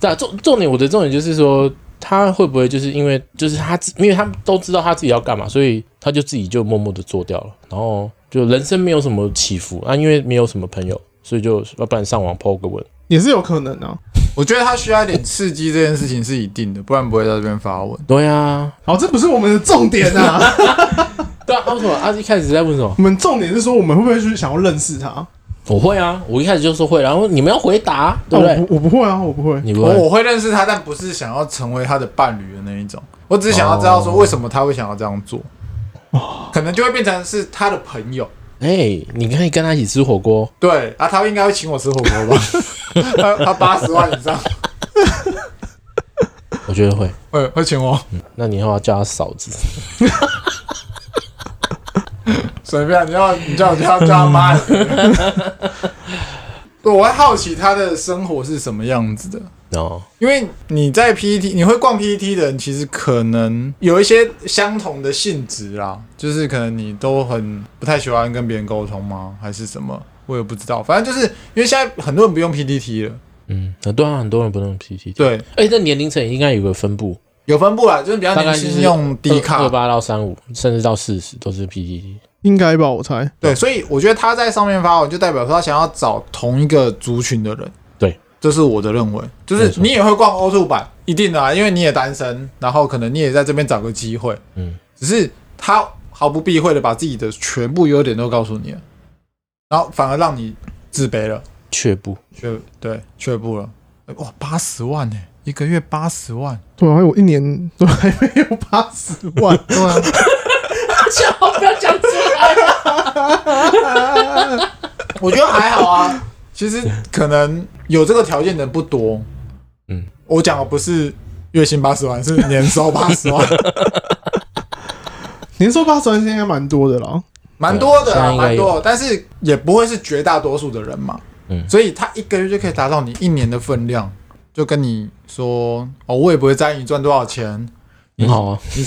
Speaker 2: 对啊，重重点我的重点就是说，他会不会就是因为就是他自，因为他都知道他自己要干嘛，所以他就自己就默默的做掉了，然后就人生没有什么起伏啊，因为没有什么朋友，所以就要不然上网 PO 个文，
Speaker 1: 也是有可能啊。
Speaker 3: 我觉得他需要一点刺激，这件事情是一定的，不然不会在这边发文。
Speaker 2: 对啊，
Speaker 1: 好，这不是我们的重点 啊，
Speaker 2: 对啊，他为什么啊一开始在问什么？
Speaker 1: 我们重点是说我们会不会去想要认识他？
Speaker 2: 我会啊，我一开始就说会，然后你们要回答啊，对不
Speaker 1: 啊
Speaker 2: 对？
Speaker 1: 我我不会啊，我不会。
Speaker 2: 你不
Speaker 3: 我
Speaker 2: 会，
Speaker 3: 我会认识他，但不是想要成为他的伴侣的那一种。我只是想要知道说为什么他会想要这样做，可能就会变成是他的朋友。
Speaker 2: 哎、你可以跟他一起吃火锅，
Speaker 3: 对啊，他应该会请我吃火锅 吧？他他八十万以上，
Speaker 2: 我觉得会。
Speaker 3: 会会请我，
Speaker 2: 那你以后要叫他嫂子，
Speaker 3: 随便你要你叫我叫他叫他妈也可以。 对，我会好奇他的生活是什么样子的。
Speaker 2: 哦，
Speaker 3: 因为你在 PET，你会逛 PET 的人，其实可能有一些相同的性质啦，就是可能你都很不太喜欢跟别人沟通吗？还是什么？我也不知道，反正就是因为现在很多人不用 PPT 了，
Speaker 2: 嗯，很多人很多人不弄 PPT，，
Speaker 3: 对，
Speaker 2: 哎、这年龄层应该有个分布，
Speaker 3: 有分布啦，就是比较
Speaker 2: 大
Speaker 3: 年
Speaker 2: 概就是
Speaker 3: 轻用低卡
Speaker 2: 二，八到三五，甚至到四十都是 PPT。
Speaker 1: 应该吧，我猜。
Speaker 3: 对，所以我觉得他在上面发文，就代表说他想要找同一个族群的人。
Speaker 2: 对，
Speaker 3: 这是我的认为，就
Speaker 2: 没
Speaker 3: 是
Speaker 2: 错
Speaker 3: 你也会逛 O two 版，一定的、啊，因为你也单身，然后可能你也在这边找个机会。
Speaker 2: 嗯，
Speaker 3: 只是他毫不避讳的把自己的全部优点都告诉你了，然后反而让你自卑了，
Speaker 2: 却步，
Speaker 3: 却对却步了。哇，八十万呢、欸一个月八十万，，
Speaker 1: 对啊，我一年都还没有八十万
Speaker 3: 对啊，
Speaker 2: 不要讲出来。
Speaker 3: 我觉得还好啊。 其实可能有这个条件的人不多。
Speaker 2: 嗯，
Speaker 3: 我讲的不是月薪八十万，是年收八 十万，
Speaker 1: 年收八十万应该蛮多的啦。
Speaker 3: 蛮多的、
Speaker 2: 现在
Speaker 3: 啊，
Speaker 2: 应该
Speaker 3: 蛮
Speaker 2: 有
Speaker 3: 多的，但是也不会是绝大多数的人嘛。
Speaker 2: 嗯
Speaker 3: 所以他一个月就可以达到你一年的分量，就跟你说哦，我也不会在意你赚多少钱，
Speaker 1: 嗯
Speaker 2: 很好啊，
Speaker 3: 你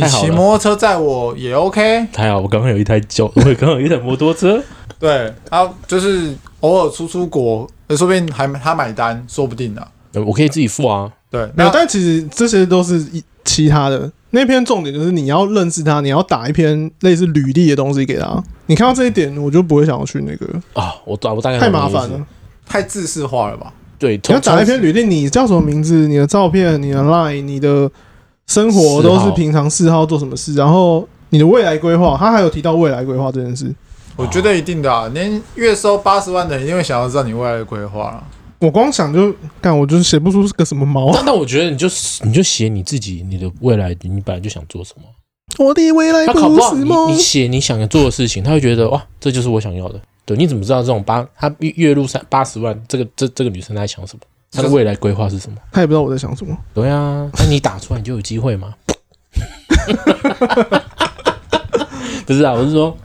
Speaker 2: 太好了
Speaker 3: 骑摩托车载我也 OK，
Speaker 2: 还好我刚刚有一台脚，我刚刚有一台摩托车。
Speaker 3: 对，然后就是偶尔出出国，呃说不定还他买单，说不定呢、啊。
Speaker 2: 呃我可以自己付啊，
Speaker 3: 对，
Speaker 1: 没有
Speaker 3: 那，
Speaker 1: 但其实这些都是一其他的。那篇重点就是你要认识他，你要打一篇类似履历的东西给他。你看到这一点，我就不会想要去那个，
Speaker 2: 啊，我大我大概
Speaker 1: 太麻烦
Speaker 2: 懂你的意
Speaker 1: 了
Speaker 2: 思。。
Speaker 3: 太自式化了吧？
Speaker 2: 对，
Speaker 1: 你
Speaker 2: 从
Speaker 1: 要打一篇履历，你叫什么名字？你的照片、你的 line、你的生活都
Speaker 2: 嗜
Speaker 1: 是
Speaker 2: 好
Speaker 1: 平常嗜好做什么事，然后你的未来规划，他还有提到未来规划这件事。
Speaker 3: 我觉得一定的、啊，连月收八十万的人一定会想要知道你未来的规划啊。
Speaker 1: 我光想就干，我就是写不出个什么毛。
Speaker 2: 但但我觉得你就你就写你自己，你的未来你本来就想做什么。
Speaker 1: 我的未来
Speaker 2: 他考哎不好，
Speaker 1: 是
Speaker 2: 你
Speaker 1: 梦
Speaker 2: 你。写你想做的事情，他会觉得哇，这就是我想要的。对，你怎么知道这种八他月月入三八十万，这个这这个女生她在想什么？她的未来规划是什么？
Speaker 1: 他也不知道我在想什么。
Speaker 2: 对啊，那你打出来你就有机会嘛。 不是啊，我是说，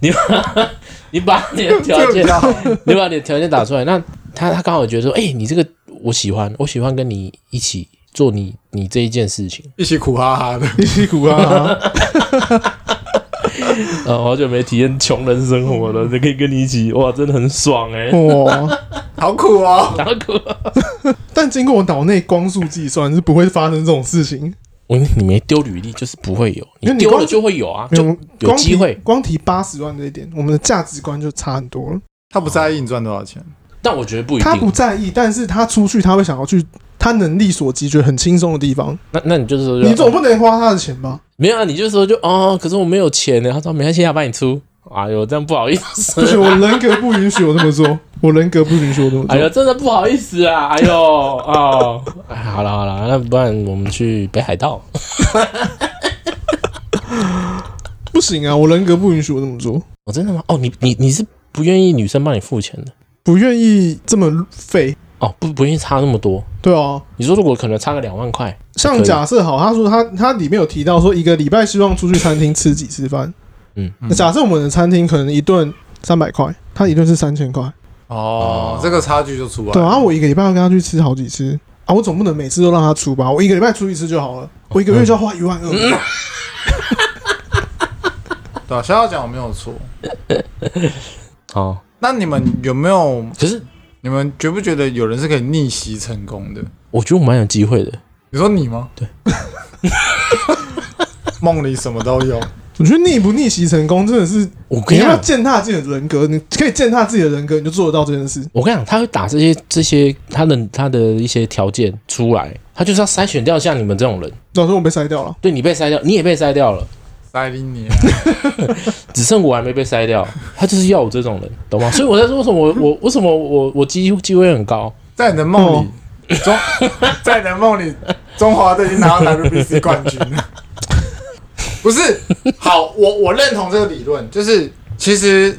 Speaker 2: 你把你把你的条件， 你把你的条件打出来，那他他刚好觉得说，哎、你这个我喜欢，我喜欢跟你一起做你你这一件事情。
Speaker 3: 一起苦哈哈的，
Speaker 1: 一起苦 啊！
Speaker 2: 呃，好久没体验穷人生活了，可以跟你一起，哇，真的很爽哎、
Speaker 1: 哦，
Speaker 3: 好苦哦！
Speaker 2: 然后哭。
Speaker 1: 但经过我脑内光速计算，是不会发生这种事情。
Speaker 2: 我你没丢履历就是不会有，
Speaker 1: 因为你
Speaker 2: 你丢了
Speaker 1: 光
Speaker 2: 就会有啊，
Speaker 1: 没
Speaker 2: 就有
Speaker 1: 光
Speaker 2: 机
Speaker 1: 提
Speaker 2: 会。
Speaker 1: 光提八十万这一点，我们的价值观就差很多了。
Speaker 3: 他不在意你赚多少钱，
Speaker 2: 但我觉得不一
Speaker 1: 他不
Speaker 2: 定。
Speaker 1: 在意，但是他出去他会想要去他能力所及觉得很轻松的地方。
Speaker 2: 那那你就是说就哦
Speaker 1: 你总不能花他的钱吧？
Speaker 2: 没有啊，你就说就哦，可是我没有钱呢。他说没关系啊，帮你出。哎呦，这样不好意
Speaker 1: 不
Speaker 2: 思
Speaker 1: 是，。我人格不允许我这么做， 我人格不允许我这么
Speaker 2: 哎呦，
Speaker 1: 做。
Speaker 2: 真的不好意思啊！哎呦，哦，哎好了好了，那不然我们去北海道。
Speaker 1: 不行啊，我人格不允许我这么做，
Speaker 2: 哦，真的吗？哦，你你你是不愿意女生帮你付钱的？
Speaker 1: 不愿意这么废。
Speaker 2: 哦，不不愿意差那么多。
Speaker 1: 对啊，
Speaker 2: 你说如果可能差个两万块，可
Speaker 1: 像
Speaker 2: 以
Speaker 1: 假设好，他说他他里面有提到说一个礼拜希望出去餐厅吃几次饭。
Speaker 2: 嗯
Speaker 1: 那假设我们的餐厅可能一顿三百块，他一顿是三千块，
Speaker 3: 哦，这个差距就出来了。
Speaker 1: 对啊，我一个礼拜要跟他去吃好几次啊，我总不能每次都让他出吧，我一个礼拜出一次就好了，我一个月就要花一万二。
Speaker 2: 嗯
Speaker 3: 对啊，逍遥讲我没有错。
Speaker 2: 哦，
Speaker 3: 那你们有没有
Speaker 2: 可是
Speaker 3: 你们觉不觉得有人是可以逆袭成功的？
Speaker 2: 我觉得我蛮有机会的。
Speaker 3: 你说你吗？
Speaker 2: 对，
Speaker 3: 梦里什么都有。
Speaker 1: 我觉得逆不逆袭成功真的是，
Speaker 2: 我跟
Speaker 1: 你
Speaker 2: 你
Speaker 1: 要不要
Speaker 2: 讲，
Speaker 1: 践踏自己的人格，你可以践踏自己的人格，你就做得到这件事。
Speaker 2: 我跟你讲，他会打这些这些他的他的一些条件出来，他就是要筛选掉像你们这种人。
Speaker 1: 老师，我被筛掉了，
Speaker 2: 对你被筛掉，你也被筛掉了，
Speaker 3: 塞林你、
Speaker 2: 只剩我还没被筛掉。他就是要我这种人，懂吗？所以我在说为什么我我为什么我我机机会很高？
Speaker 3: 在你的梦
Speaker 2: 哦
Speaker 3: 里，中 在你的梦里，中华队已经拿 到 WBC 冠军了。不是，好，我我认同这个理论，就是其实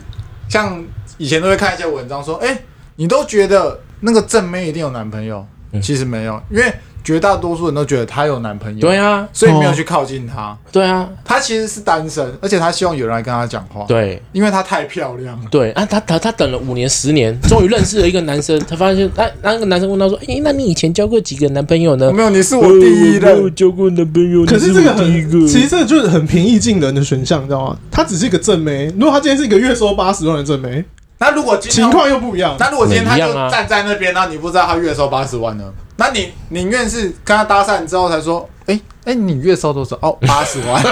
Speaker 3: 像以前都会看一些文章说，哎、你都觉得那个正妹一定有男朋友，
Speaker 2: 嗯
Speaker 3: 其实没有，因为绝大多数人都觉得她有男朋友，
Speaker 2: 对啊，
Speaker 3: 所以没有去靠近她。
Speaker 2: 对啊，
Speaker 3: 她其实是单身，而且她希望有人来跟她讲话，
Speaker 2: 对
Speaker 3: 因为她太漂亮了。
Speaker 2: 对啊，他他他等了五年十年，终于认识了一个男生，他发现那那个男生问他说：“诶，那你以前交过几个男朋友呢
Speaker 3: 没有，你是我第一
Speaker 2: 呃呃我没有
Speaker 3: 任，
Speaker 2: 交过男朋友，
Speaker 1: 可
Speaker 2: 你
Speaker 1: 是
Speaker 2: 是
Speaker 1: 这个
Speaker 2: 我第一
Speaker 1: 很，
Speaker 2: 个
Speaker 1: 其实这个就是很平易近人的选项，你知道吗？他只是一个正妹，如果他今天是一个月收八十万的正妹，
Speaker 3: 那如果今天
Speaker 1: 情况又不一样。
Speaker 3: 那如果今天他
Speaker 2: 一
Speaker 3: 就
Speaker 2: 样啊
Speaker 3: 站在那边，然后你不知道他月收八十万呢？那你宁愿是跟他搭讪之后才说，哎、哎、你月收多少？哦，八十 万。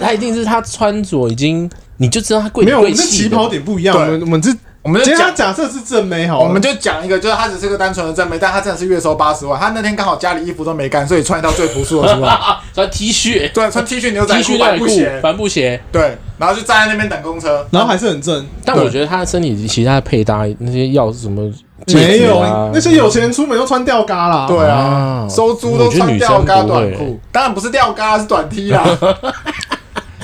Speaker 2: 他一定是他穿着已经，你就知道他贵
Speaker 1: 没
Speaker 2: 里
Speaker 1: 有，我
Speaker 2: 贵
Speaker 1: 们这
Speaker 2: 气
Speaker 1: 起
Speaker 2: 的
Speaker 1: 跑点不一样。我
Speaker 3: 对
Speaker 1: 们我们这
Speaker 3: 我们
Speaker 1: 今
Speaker 3: 就
Speaker 1: 天他假
Speaker 3: 讲，
Speaker 1: 设是正妹好了，
Speaker 3: 我们就讲一个，就是他只是个单纯的正妹，但他真的是月收八十万。他那天刚好家里衣服都没干，所以穿一套最朴素的出来，
Speaker 2: 啊，穿 T 恤、
Speaker 3: 对，穿 T 恤、牛
Speaker 2: T
Speaker 3: 仔
Speaker 2: 恤、牛仔
Speaker 3: 裤、帆布
Speaker 2: 裤、
Speaker 3: 鞋，
Speaker 2: 帆布鞋。
Speaker 3: 对，然后就站在那边等公车。
Speaker 1: 然后还是很正，
Speaker 2: 但我觉得他的身体其他的配搭那些要什么戒
Speaker 1: 没
Speaker 2: 指
Speaker 1: 有
Speaker 2: 啊
Speaker 1: 那些有钱人出门都穿吊嘎啦。
Speaker 3: 对啊
Speaker 2: 啊，
Speaker 3: 收租都穿吊嘎短裤，当然不是吊嘎，是短 T 啦。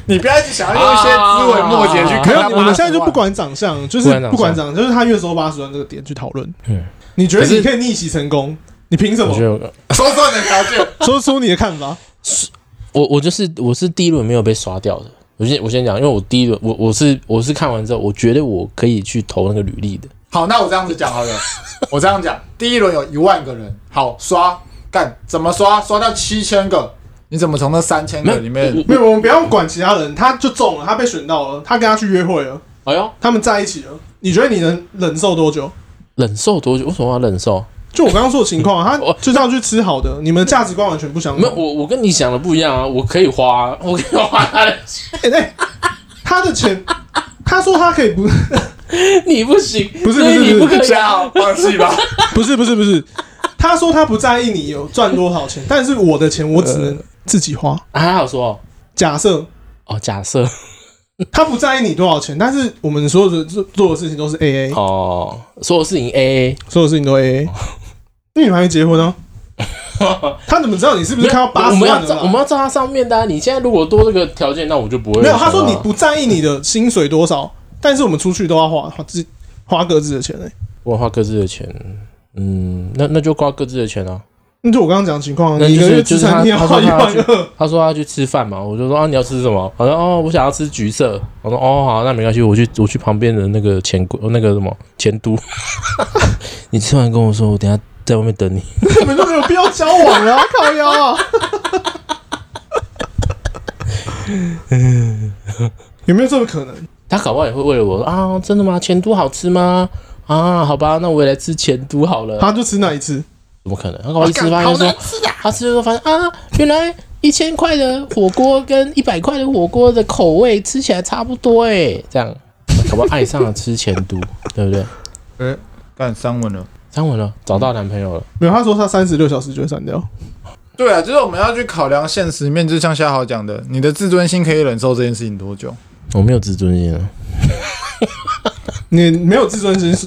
Speaker 3: 你不要一直想要用一些
Speaker 2: 啊
Speaker 3: 枝微末节去
Speaker 1: 没
Speaker 3: 看
Speaker 1: 有
Speaker 3: 他，
Speaker 1: 我们现在就
Speaker 3: 80万
Speaker 1: 不管长相，就是不
Speaker 2: 不
Speaker 1: 管
Speaker 2: 管
Speaker 1: 长，就是他月收八十万这个点去讨论。
Speaker 2: 嗯
Speaker 1: 你觉得
Speaker 2: 可是
Speaker 1: 你可以逆袭成功？你凭什
Speaker 2: 我
Speaker 1: 么
Speaker 2: 觉？得我
Speaker 3: 说说你的条件，
Speaker 1: 说出你的看法。
Speaker 2: 我我就是我是第一轮没有被刷掉的。我先我先讲，因为我第一轮我我是我是看完之后，我觉得我可以去投那个履历的。
Speaker 3: 好，那我这样子讲好了， 我这样讲，第一轮有一万个人，好刷干，怎么刷？刷到七千个，你怎么从那三千个里面？
Speaker 1: 没有，我们不要管其他人，他就中了，他被选到了，他跟他去约会了，
Speaker 2: 哎呦，
Speaker 1: 他们在一起了。你觉得你能忍受多久？
Speaker 2: 忍受多久？为什么要忍受？
Speaker 1: 就我刚刚说的情况啊，他
Speaker 2: 我
Speaker 1: 就是要去吃好的，你们的价值观完全不相
Speaker 2: 没有，
Speaker 1: 同。
Speaker 2: 我我跟你想的不一样啊！我可以花啊，我可以花他的 钱，
Speaker 1: 哎哎，他的钱，他说他可以 不，
Speaker 2: 你不行，
Speaker 1: 不是
Speaker 2: 所以
Speaker 1: 不是
Speaker 2: 你
Speaker 1: 不
Speaker 2: 不
Speaker 1: 是
Speaker 2: 可以啊
Speaker 3: 加好，放 弃吧。
Speaker 1: 不是不是不是，他说他不在意你有赚多少钱，但是我的钱我只
Speaker 2: 呃
Speaker 1: 能自己花。
Speaker 2: 啊！还好说
Speaker 1: 假设
Speaker 2: 哦，假设
Speaker 1: 他不在意你多少钱，但是我们所有的做做的事情都是 A A，
Speaker 2: 哦，所有事情 A A，
Speaker 1: 所有事情都 A A。那你们还没结婚 呢、他怎么知道你是不是看到八
Speaker 2: 我
Speaker 1: 十
Speaker 2: 们要
Speaker 1: 万的
Speaker 2: 照
Speaker 1: 啦？
Speaker 2: 我们要照他上面的、啊。你现在如果多这个条件，那我就不会
Speaker 1: 没有，他
Speaker 2: 想
Speaker 1: 说
Speaker 2: 到
Speaker 1: 你不在意你的薪水多少，但是我们出去都要花花自花各自的钱嘞、
Speaker 2: 我花各自的钱，嗯，那那就花各自的钱啊。
Speaker 1: 那就我刚刚讲的情况，啊
Speaker 2: 那
Speaker 1: 你
Speaker 2: 就
Speaker 1: 一
Speaker 2: 是
Speaker 1: 个月吃餐厅要花
Speaker 2: 就是
Speaker 1: 一
Speaker 2: 他
Speaker 1: 万
Speaker 2: 他说
Speaker 1: 二，
Speaker 2: 他说他去吃饭嘛，我就说啊，你要吃什么？好像哦，我想要吃橘色。我说哦，好，那没关系，我去我去旁边的那个钱柜，那个什么钱 都。你吃完跟我说，我等一下在外面等你。
Speaker 1: 根本就没有必要交往了、啊，靠腰啊！有没有这个可能？
Speaker 2: 他搞不好也会为了我说啊，真的吗？钱都好吃吗？啊，好吧，那我也来吃钱都好了。
Speaker 1: 他就吃那一次，
Speaker 2: 怎么可能？他搞不好一吃发现
Speaker 3: 好
Speaker 2: 说
Speaker 3: 难，吃啊！
Speaker 2: 他吃的时候发现啊，原来一千块的火锅跟一百块的火锅的口味吃起来差不多哎、这样搞不好爱上了吃钱都， 对不对？
Speaker 3: 哎、干三文了。
Speaker 2: 三文了，找到男朋友了。
Speaker 1: 没有。他说他三十六小时就会删掉，
Speaker 3: 对啊，就是我们要去考量现实面，就像夏豪讲的，你的自尊心可以忍受这件事情多久？
Speaker 2: 我没有自尊心了，
Speaker 1: 你没有自尊心，是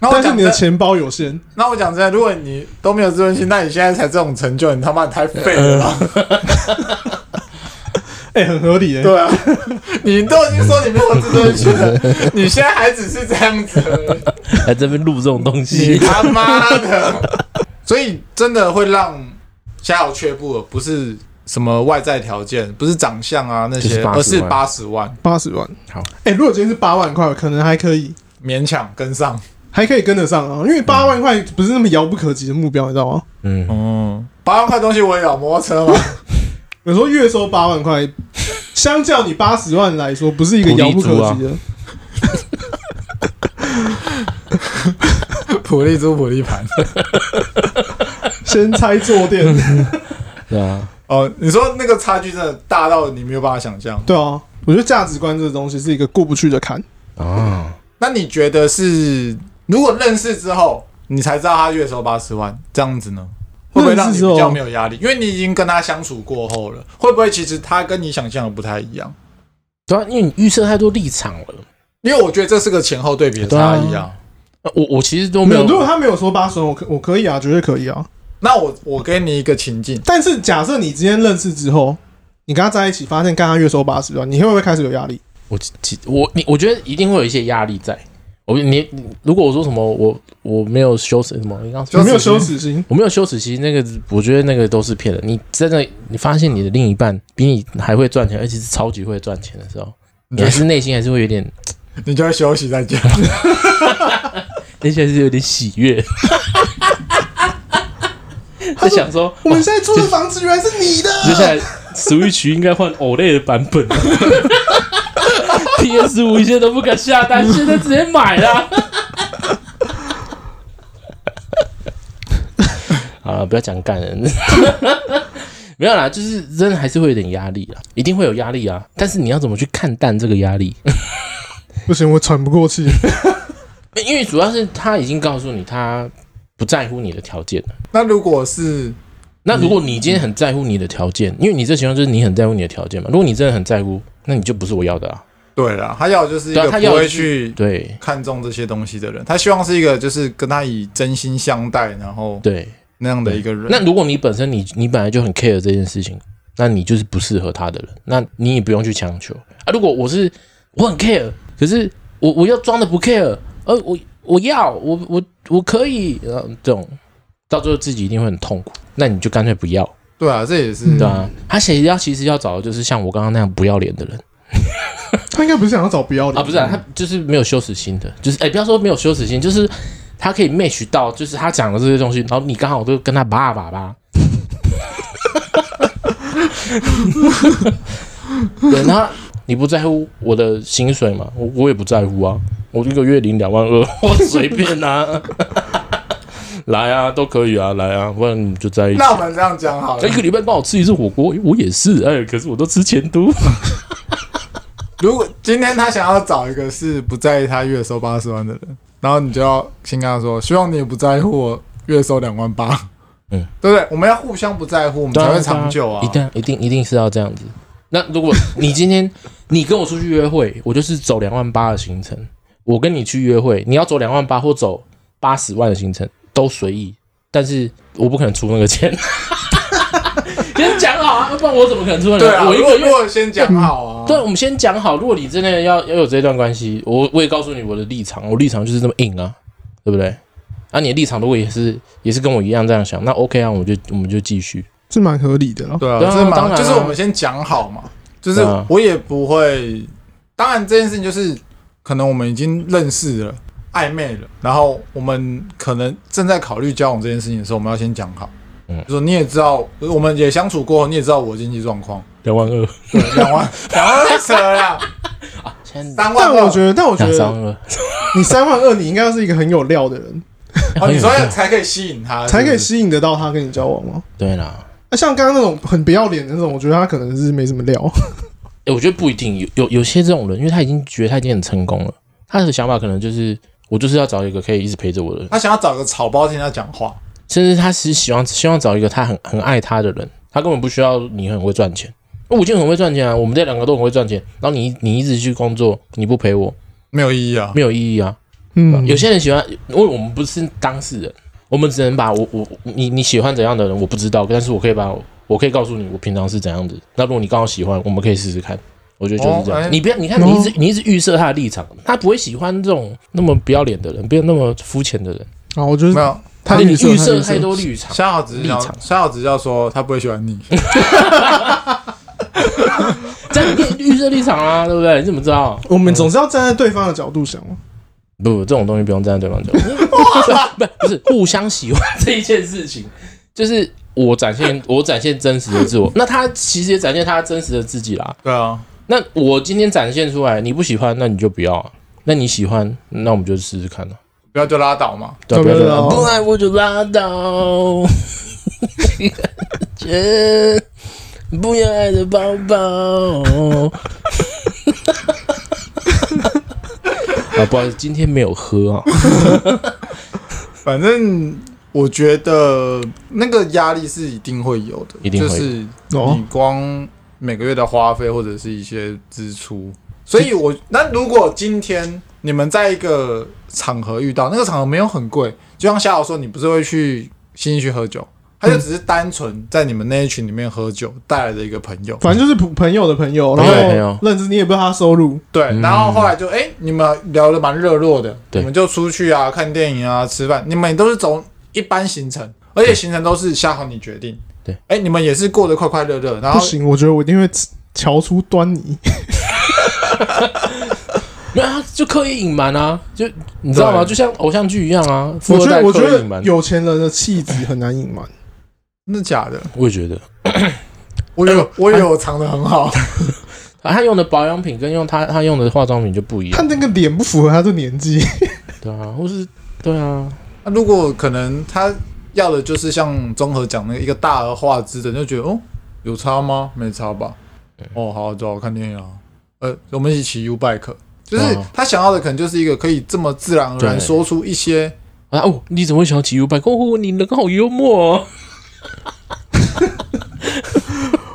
Speaker 3: 那我
Speaker 1: 但是
Speaker 3: 讲
Speaker 1: 你的
Speaker 3: 真，
Speaker 1: 钱包有限。
Speaker 3: 那我讲真的，如果你都没有自尊心，那你现在才这种成就，你他妈太废了
Speaker 1: 呃
Speaker 3: 吧。
Speaker 1: 哎、很合理哎、
Speaker 3: 对啊，你都已经说你没有自尊心 了，你现在还只是这样子而已。
Speaker 2: 来这边录这种东
Speaker 3: 你
Speaker 2: 西，
Speaker 3: 他妈的！所以真的会让夏有却步的，不是什么外在条件，不是长相啊那
Speaker 2: 就
Speaker 3: 些，
Speaker 2: 是80
Speaker 3: 而是
Speaker 2: 万
Speaker 3: 八十万
Speaker 1: 八十万。
Speaker 2: 好，
Speaker 1: 哎、如果今天是八万块，可能还可以，
Speaker 3: 勉强跟上。
Speaker 1: 还可以跟得上啊，因为八万块不是那么遥不可及的目标，你知道吗？
Speaker 2: 嗯，
Speaker 3: 嗯，八万块东西我也有，摩托车嘛。
Speaker 1: 有时候月收八万块，相较你八十万来说，不是一个遥不可及的。
Speaker 3: 普利珠普利盘。
Speaker 1: 先猜坐垫，
Speaker 2: 对啊，
Speaker 3: 哦，你说那个差距真的大到你没有办法想象。
Speaker 1: 对啊，我觉得价值观这个东西是一个过不去的坎。
Speaker 2: 啊，
Speaker 3: 那你觉得是如果认识之后，你才知道他月收八十万这样子呢？会不会让你比较没有压力？因为你已经跟他相处过后了，会不会其实他跟你想象的不太一样？
Speaker 2: 对啊，因为你预设太多立场了。
Speaker 3: 因为我觉得这是个前后对比的差异
Speaker 2: 对
Speaker 3: 啊
Speaker 2: 啊。呃我我其实都
Speaker 1: 没
Speaker 2: 没
Speaker 1: 有，
Speaker 2: 有啊
Speaker 1: 如果他没有说八十，我可我可以啊，绝对可以啊。
Speaker 3: 那我我给你一个情境，
Speaker 1: 但是假设你今天认识之后，你跟他在一起，发现干他月收八十万，你会不会开始有压力？
Speaker 2: 我其我你我觉得一定会有一些压力在。我你你如果我说什么我我没有羞耻什么，你刚
Speaker 1: 有
Speaker 2: 说
Speaker 1: 没有羞耻心？
Speaker 2: 我没有羞耻，其实那个我觉得那个都是骗人。你真的你发现你的另一半比你还会赚钱，而且是超级会赚钱的时候，你还是内心还是会有点，
Speaker 3: 你就会休息再讲。
Speaker 2: 内心还是有点喜悦， 在想说
Speaker 1: 我们现在住的房子原来是你的，
Speaker 2: 接 下来 Switch 应该换 OLED 的版本。PS 五以前都不敢下单，现在直接买啦。 好了，不要讲干人。 没有啦，就是真的还是会有点压力啊，一定会有压力啊。但是你要怎么去看淡这个压力？
Speaker 1: 不行，我喘不过气。
Speaker 2: 因为主要是他已经告诉你他不在乎你的条件了。
Speaker 3: 那如果是
Speaker 2: 那如果你今天很在乎你的条件，因为你这情况就是你很在乎你的条件嘛。如果你真的很在乎，那你就不是我要的啊。
Speaker 3: 对了，他要的就是一
Speaker 2: 对
Speaker 3: 个
Speaker 2: 啊他要
Speaker 3: 不
Speaker 2: 的
Speaker 3: 会
Speaker 2: 是
Speaker 3: 去
Speaker 2: 对
Speaker 3: 看重这些东西的人，他希望是一个就是跟他以真心相待，然后
Speaker 2: 对，
Speaker 3: 那样的一个人。
Speaker 2: 那如果你本身你你本来就很 care 这件事情，那你就是不适合他的人，那你也不用去强求啊。如果我是我很 care，可是我我要装的不 care，呃，我我要我我我可以，呃，这种到最后自己一定会很痛苦。那你就干脆不要，
Speaker 3: 对啊，这也是、
Speaker 2: 对啊。他其实要其实要找的就是像我刚刚那样不要脸的人
Speaker 1: 他应该不是想要找不要脸
Speaker 2: 啊，不是、啊、他就是没有羞耻心的，就是哎、不要说没有羞耻心，就是他可以 match 到，就是他讲的这些东西，然后你刚好都跟他叭叭叭。 对，然后你不在乎我的薪水嘛？我我也不在乎啊，我一个月领两万二， 我随便啊， 来啊，都可以啊，来啊，不然你就在一起哎
Speaker 3: 那。我们这样讲好了
Speaker 2: 一，个礼拜帮我吃一次火锅，我也是，哎，可是我都吃前都。
Speaker 3: 如果今天他想要找一个是不在意他月收八十万的人，然后你就要先跟他说，希望你也不在乎我月收两万八，
Speaker 2: 嗯，
Speaker 3: 对不对？我们要互相不在乎，我们才会长久啊
Speaker 2: 一。定一定一定是要这样子。那如 果你今天你跟我出去约会，我就是走两万八的行程；我跟你去约会，你要走两万八或走八十万的行程都随意，但是我不可能出那个钱。 先讲好啊，不然我怎么可能出那个
Speaker 3: 对
Speaker 2: 钱？
Speaker 3: 啊，
Speaker 2: 我一
Speaker 3: 如
Speaker 2: 个
Speaker 3: 果
Speaker 2: 月
Speaker 3: 如果先讲好啊，
Speaker 2: 对，我们先讲好，如果你真的要要有这段关系，我我也告诉你我的立场，我立场就是这么硬啊，对不对？啊，你的立场如果也是也是跟我一样这样想，那 OK 啊，我们就我们就继续。
Speaker 1: 是蛮合理的啦。
Speaker 3: 对啊，
Speaker 2: 对啊
Speaker 3: 这
Speaker 2: 当
Speaker 3: 嘛，
Speaker 2: 然啊
Speaker 3: 就是我们先讲好嘛，就是
Speaker 2: 对啊
Speaker 3: 我也不会。当然这件事情就是，可能我们已经认识了、暧昧了，然后我们可能正在考虑交往这件事情的时候，我们要先讲好。
Speaker 2: 嗯
Speaker 3: 嗯，就说你也知道，我们也相处过后，你也知道我的经济状况，
Speaker 2: 两万二，
Speaker 3: 对，两万两万太扯了啦，
Speaker 2: 现在
Speaker 3: 三万
Speaker 1: 但
Speaker 3: 二
Speaker 1: 我觉得，但我觉
Speaker 2: 两三
Speaker 1: 得
Speaker 2: 万二。
Speaker 1: 你三万二，你应该要是一个很有料的 人，
Speaker 3: 哦，你说
Speaker 2: 哎
Speaker 3: 要才可以吸引他，
Speaker 1: 才可以
Speaker 3: 是
Speaker 1: 吸引得到他跟你交往吗？
Speaker 2: 对啦，
Speaker 1: 那像刚刚那种很不要脸的那种，我觉得他可能是没什么料。
Speaker 2: 诶哎我觉得不一定有有有些这种人，因为他已经觉得他已经很成功了，他的想法可能就是我就是要找一个可以一直陪着我的人
Speaker 3: 不是，他想要找个草包听他讲话，
Speaker 2: 甚至他是希望希望找一个他很很爱他的人，他根本不需要你很会赚钱。我已经很会赚钱啊，我们这两个都很会赚钱，然后你你一直去工作，你不陪我，
Speaker 3: 没有意义啊。
Speaker 2: 没有意义啊。
Speaker 1: 嗯，
Speaker 2: 有些人喜欢，因为我们不是当事人，我们只能把我我你你喜欢怎样的人我不知道，但是我可以把我我可以告诉你我平常是怎样的。那如果你刚好喜欢，我们可以试试看。我觉得就是这样，
Speaker 3: 哦哎
Speaker 2: 你不要你看
Speaker 1: 哦
Speaker 2: 你一直、你一直预设他的立场，他不会喜欢这种那么不要脸的人，不要那么肤浅的人。
Speaker 1: 啊，我就是
Speaker 3: 没有，
Speaker 1: 他
Speaker 2: 你
Speaker 1: 预设
Speaker 2: 预
Speaker 1: 他
Speaker 2: 设
Speaker 1: 预设
Speaker 2: 太多立场，
Speaker 3: 夏小只是
Speaker 2: 立场
Speaker 3: 要夏小只是要说他不会喜欢你，
Speaker 2: 在里面预设立场啊，对不对？你怎么知道？
Speaker 1: 我们总是要站在对方的角度想哦嘛。
Speaker 2: 不，这种东西不用站在对方角度， 不不是互相喜欢 这一件事情，就是我展现我展现真实的自我，那他其实也展现他真实的自己啦。
Speaker 3: 对啊，
Speaker 2: 那我今天展现出来，你不喜欢，那你就不要啊。那你喜欢，那我们就试试看了。
Speaker 3: 不要就拉倒嘛。
Speaker 2: 对啊，不要
Speaker 1: 对
Speaker 2: 就
Speaker 1: 啊
Speaker 2: 不爱我就拉倒， 钱不要爱的包包。 啊，不好意思，今天没有喝啊。
Speaker 3: 反正我觉得那个压力是一定会有的，
Speaker 2: 一定会
Speaker 3: 就是
Speaker 1: 哦
Speaker 3: 你，光每个月的花费或者是一些支出。所以我那如果今天你们在一个场合遇到，那个场合没有很贵，就像夏老说，你不是会去新义区喝酒，他就只是单纯在你们那一群里面喝酒带来的一个朋友。
Speaker 1: 反正就是朋朋友的朋友，
Speaker 2: 朋
Speaker 1: 然
Speaker 2: 友的朋友
Speaker 1: 后认识你也不知道他收入，
Speaker 3: 对，
Speaker 2: 嗯
Speaker 3: 然后后来就哎、诶你们聊得蛮热络的，
Speaker 2: 对
Speaker 3: 你们就出去啊，看电影啊，吃饭，你们都是走一般行程，而且行程都是夏宏你决定。
Speaker 2: 对，
Speaker 3: 哎、你们也是过得快快乐乐，然
Speaker 1: 不
Speaker 3: 后
Speaker 1: 行，我觉得我一定会瞧出端倪。
Speaker 2: 没有啊，就刻意隐瞒啊，就你知道吗？
Speaker 3: 对
Speaker 2: 就像偶像剧一样啊，富
Speaker 1: 我
Speaker 2: 二
Speaker 1: 觉
Speaker 2: 代
Speaker 1: 得我觉
Speaker 2: 刻意隐瞒
Speaker 1: 得。有钱人的气质很难隐瞒。
Speaker 3: 真的假的？
Speaker 2: 我也觉得，
Speaker 3: 我
Speaker 2: 哎
Speaker 3: 有我有藏得很 好，
Speaker 2: 啊他用的保养品跟用他他用的化妆品就不一
Speaker 1: 他
Speaker 2: 样，
Speaker 1: 那个脸不符合他这年纪，
Speaker 2: 对啊，或是对啊，
Speaker 3: 那如果可能他要的就是像综合讲那个一个大而化之的，你就觉得哦，有差吗？没差吧？哦，好，走，我看电影啊。呃，我们一起骑 U bike，就是
Speaker 2: 哦
Speaker 3: 他想要的可能就是一个可以这么自然而然
Speaker 2: 对
Speaker 3: 说出一些。
Speaker 2: 啊哦，你怎么会想起 U 拜？哦，你人好幽 默哦。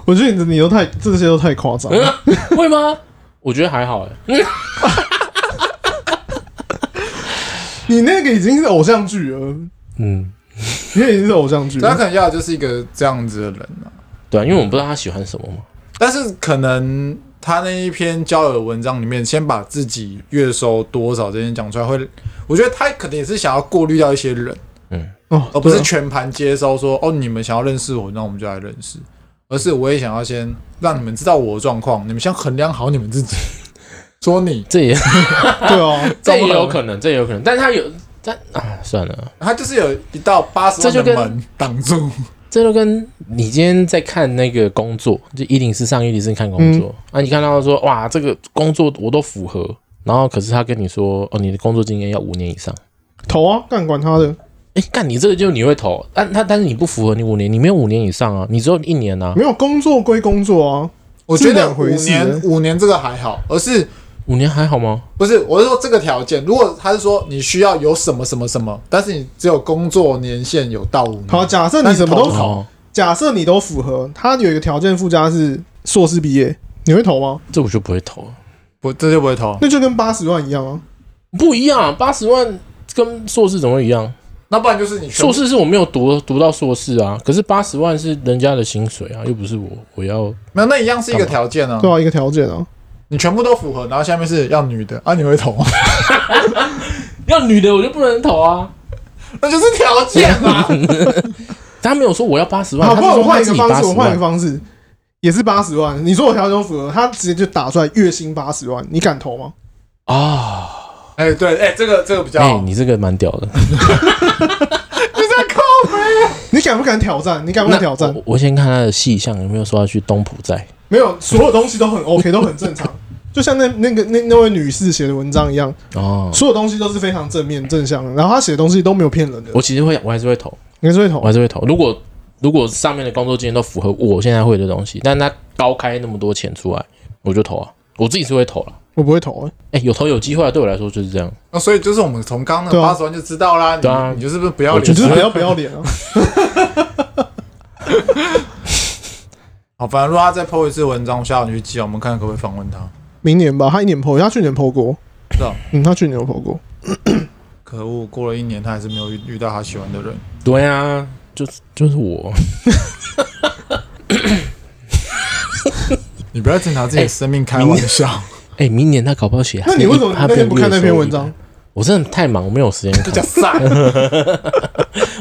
Speaker 1: 我觉得你的你都太这些都太夸张了。
Speaker 2: 嗯，会吗？我觉得还好哎、
Speaker 1: 你那个已经是偶像剧了，
Speaker 2: 嗯，
Speaker 1: 你那已经是偶像剧
Speaker 3: 他
Speaker 1: 了。
Speaker 3: 可能要的就是一个这样子的人啊。
Speaker 2: 对啊，因为我们不知道他喜欢什么嘛。
Speaker 3: 但是可能他那一篇交友文章里面，先把自己月收多少这些讲出来，会，我觉得他可能也是想要过滤掉一些人，
Speaker 1: 哦，
Speaker 3: 而不是
Speaker 1: 对啊
Speaker 3: 全盘接收说哦，你们想要认识我，那我们就来认识。而是我也想要先让你们知道我的状况，你们先衡量好你们自己。 说你
Speaker 2: 这也，
Speaker 1: 对哦
Speaker 2: 这也有可能，这也有可能，但他有，但啊，算了，
Speaker 3: 他就是有一道八十
Speaker 2: 这就
Speaker 3: 万的
Speaker 2: 跟
Speaker 3: 门挡住，
Speaker 2: 这就跟你今天在看那个工作，就一零四上一零四看工作、啊，你看到说哇，这个工作我都符合，然后可是他跟你说哦，你的工作经验要五年以上，
Speaker 1: 投啊，干管他的，
Speaker 2: 哎，干你这个就你会投，但他啊但是你不符合你五年，你没有五年以上啊，你只有一年啊，
Speaker 1: 没有工作归工作啊，
Speaker 3: 我觉
Speaker 1: 这
Speaker 3: 得
Speaker 1: 两
Speaker 3: 五
Speaker 1: 回事
Speaker 3: 年五年这个还好，而是
Speaker 2: 五年还好吗？
Speaker 3: 不是，我是说这个条件，如果他是说你需要有什么什么什么，但是你只有工作年限有到五年，
Speaker 1: 好，假设你
Speaker 3: 但是
Speaker 1: 什么
Speaker 3: 投
Speaker 1: 都
Speaker 3: 不
Speaker 2: 哦，
Speaker 1: 假设你都符合，他有一个条件附加是硕士毕业，你会投吗？
Speaker 2: 这我就不会投，
Speaker 3: 不这就不会投。
Speaker 1: 那就跟八十万一样啊。
Speaker 2: 不一样，八十万跟硕士怎么会一样？
Speaker 3: 那不然就是你全
Speaker 2: 硕
Speaker 3: 部
Speaker 2: 士是我没有读读到硕士啊，可是八十万是人家的薪水啊，又不是我我要
Speaker 3: 没有，那一样是一个条件啊，
Speaker 1: 对啊，一个条件啊。
Speaker 3: 你全部都符合，然后下面是要女的啊，你会 投吗？
Speaker 2: 要女的我就不能投啊。
Speaker 3: 那就是条件 啊。
Speaker 2: 他没有说我要八十万，
Speaker 1: 好，
Speaker 2: 他
Speaker 1: 不
Speaker 2: 是
Speaker 1: 然
Speaker 2: 说
Speaker 1: 我
Speaker 2: 他
Speaker 1: 换一
Speaker 2: 自
Speaker 1: 个
Speaker 2: 己
Speaker 1: 方
Speaker 2: 八
Speaker 1: 式，
Speaker 2: 十
Speaker 1: 我换一个
Speaker 2: 万。
Speaker 1: 方式，也是八十万。你说我条件都符合，他直接就打出来月薪八十万，你敢投吗？
Speaker 2: 啊，
Speaker 3: 哎、对，哎、这个这个比较
Speaker 2: 哎、
Speaker 3: 好，
Speaker 2: 你这个蛮 屌的，
Speaker 1: 你敢不敢挑战？你敢不
Speaker 2: 那
Speaker 1: 敢挑战？
Speaker 2: 我我先看他的细项有没有说要去东浦寨。
Speaker 1: 没有，所有东西 都很 OK，都很正常。嗯就像那那个那那位女士写的文章一样，
Speaker 2: 哦，
Speaker 1: 所有东西都是非常正面正向的，然后她写的东西都没有骗人的。
Speaker 2: 我其实会，我还是会投，
Speaker 1: 你是会投
Speaker 2: 我？还是会投。如果如果上面的工作经验都符合我现在会的东西，但他高开那么多钱出来，我就投啊，我自己是会投了。
Speaker 1: 我不会投、欸。
Speaker 2: 哎、有投有机会啊，对我来说就是这样。
Speaker 3: 那所以就是我们从刚刚
Speaker 1: 对
Speaker 3: 的
Speaker 1: 啊
Speaker 3: 八十万就知道啦，
Speaker 2: 对啊
Speaker 3: 你你就是不是不要
Speaker 2: 我
Speaker 3: 脸，
Speaker 1: 你就是不要不要脸啊！
Speaker 3: 好，反正如果他再 po 一次文章，下午你去寄啊，我们看可不可以访问他。
Speaker 1: 明年吧，他一年剖，他去年剖过，
Speaker 3: 是啊，
Speaker 1: 嗯，他去年有剖过，
Speaker 3: 可恶，过了一年他还是没有遇遇到他喜欢的人。
Speaker 2: 对啊，就是就是我。
Speaker 3: 你不要只拿自己的生命开玩笑。
Speaker 2: 哎、明年他搞不好写。
Speaker 1: 那你为什么
Speaker 2: 他
Speaker 1: 那
Speaker 2: 变
Speaker 1: 天不看那篇文
Speaker 2: 月收益
Speaker 1: 章？？
Speaker 2: 我真的太忙，我没有时间看。
Speaker 3: 叫 傻。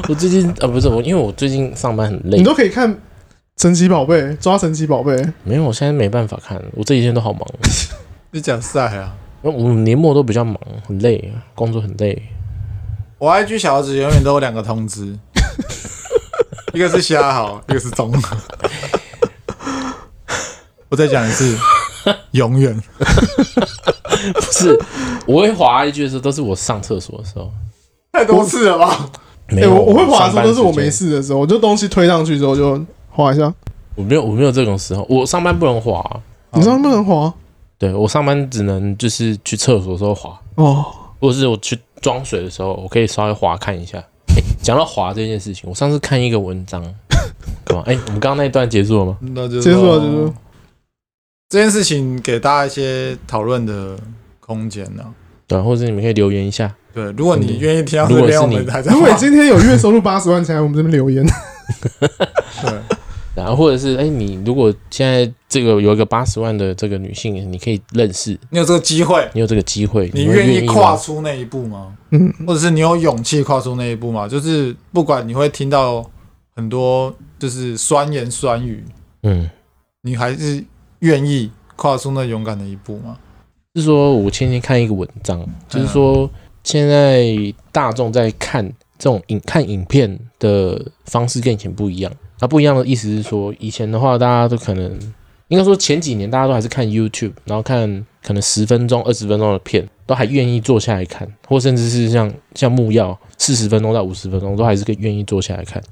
Speaker 2: 我最近呃，不是我，因为我最近上班很累
Speaker 1: 你，都可以看《神奇宝贝》，抓神奇宝贝，
Speaker 2: 没有，我现在没办法看，我这几天都好忙。
Speaker 3: 你讲晒啊！
Speaker 2: 我我年末都比较忙，很累，工作很累。
Speaker 3: 我 IG 小子永远都有两个通知， 一个是虾好，一个是中好。我再讲一次，永远。
Speaker 2: 不是，我会滑 IG 的时候都是我上厕所的时候，
Speaker 3: 太多次了吧？
Speaker 2: 没
Speaker 1: 哎，
Speaker 2: 有。
Speaker 1: 我我会滑的
Speaker 2: 上
Speaker 1: 时
Speaker 2: 班
Speaker 1: 候都是我
Speaker 2: 时间
Speaker 1: 没，事的时候，我就东西推上去之后就滑一下。
Speaker 2: 我没有我没有这种时候，我上班不能滑啊、
Speaker 1: 你知道不能滑
Speaker 2: 对我上班只能就是去厕所的时候滑，
Speaker 1: 哦，
Speaker 2: 或者是我去装水的时候，我可以稍微滑看一下。哎讲到滑这件事情，我上次看一个文章， 干嘛？哎、我们刚刚那一段结束了吗？
Speaker 3: 那就
Speaker 1: 结束了结束了
Speaker 3: 这件事情给大家一些讨论的空间呢、
Speaker 2: 对，或者你们可以留言一下。
Speaker 3: 对，如果
Speaker 2: 嗯
Speaker 3: 你愿意听到
Speaker 2: 如
Speaker 3: 这
Speaker 2: 果
Speaker 3: 边，
Speaker 2: 是
Speaker 3: 我
Speaker 2: 你
Speaker 3: 们还在
Speaker 1: 如
Speaker 3: 画
Speaker 1: 果你今天有月收入八十万，请来我们这边留 言。
Speaker 3: 对，
Speaker 2: 然后或者是哎、你如果现在这个有一个八十万的这个女性，你可以认识，
Speaker 3: 你有这个机会，
Speaker 2: 你有这个机会，
Speaker 3: 你
Speaker 2: 会
Speaker 3: 愿
Speaker 2: 愿
Speaker 3: 意
Speaker 2: 吗
Speaker 3: 跨出那一步吗？
Speaker 1: 嗯，
Speaker 3: 或者是你有勇气跨出那一步吗？就是不管你会听到很多就是酸言酸语，
Speaker 2: 嗯，
Speaker 3: 你还是愿意跨出那勇敢的一步 吗？
Speaker 2: 是说我前天看一个文章，就是说现在大众在看这种影看影片的方式跟以前不一样。那不一样的意思是说，以前的话大家都可能应该说前几年大家都还是看 YouTube，然后看可能十分钟、二十分钟的片，都还愿意坐下来看，或甚至是像像木曜四十分钟到五十分钟，都还是可以愿意坐下来看。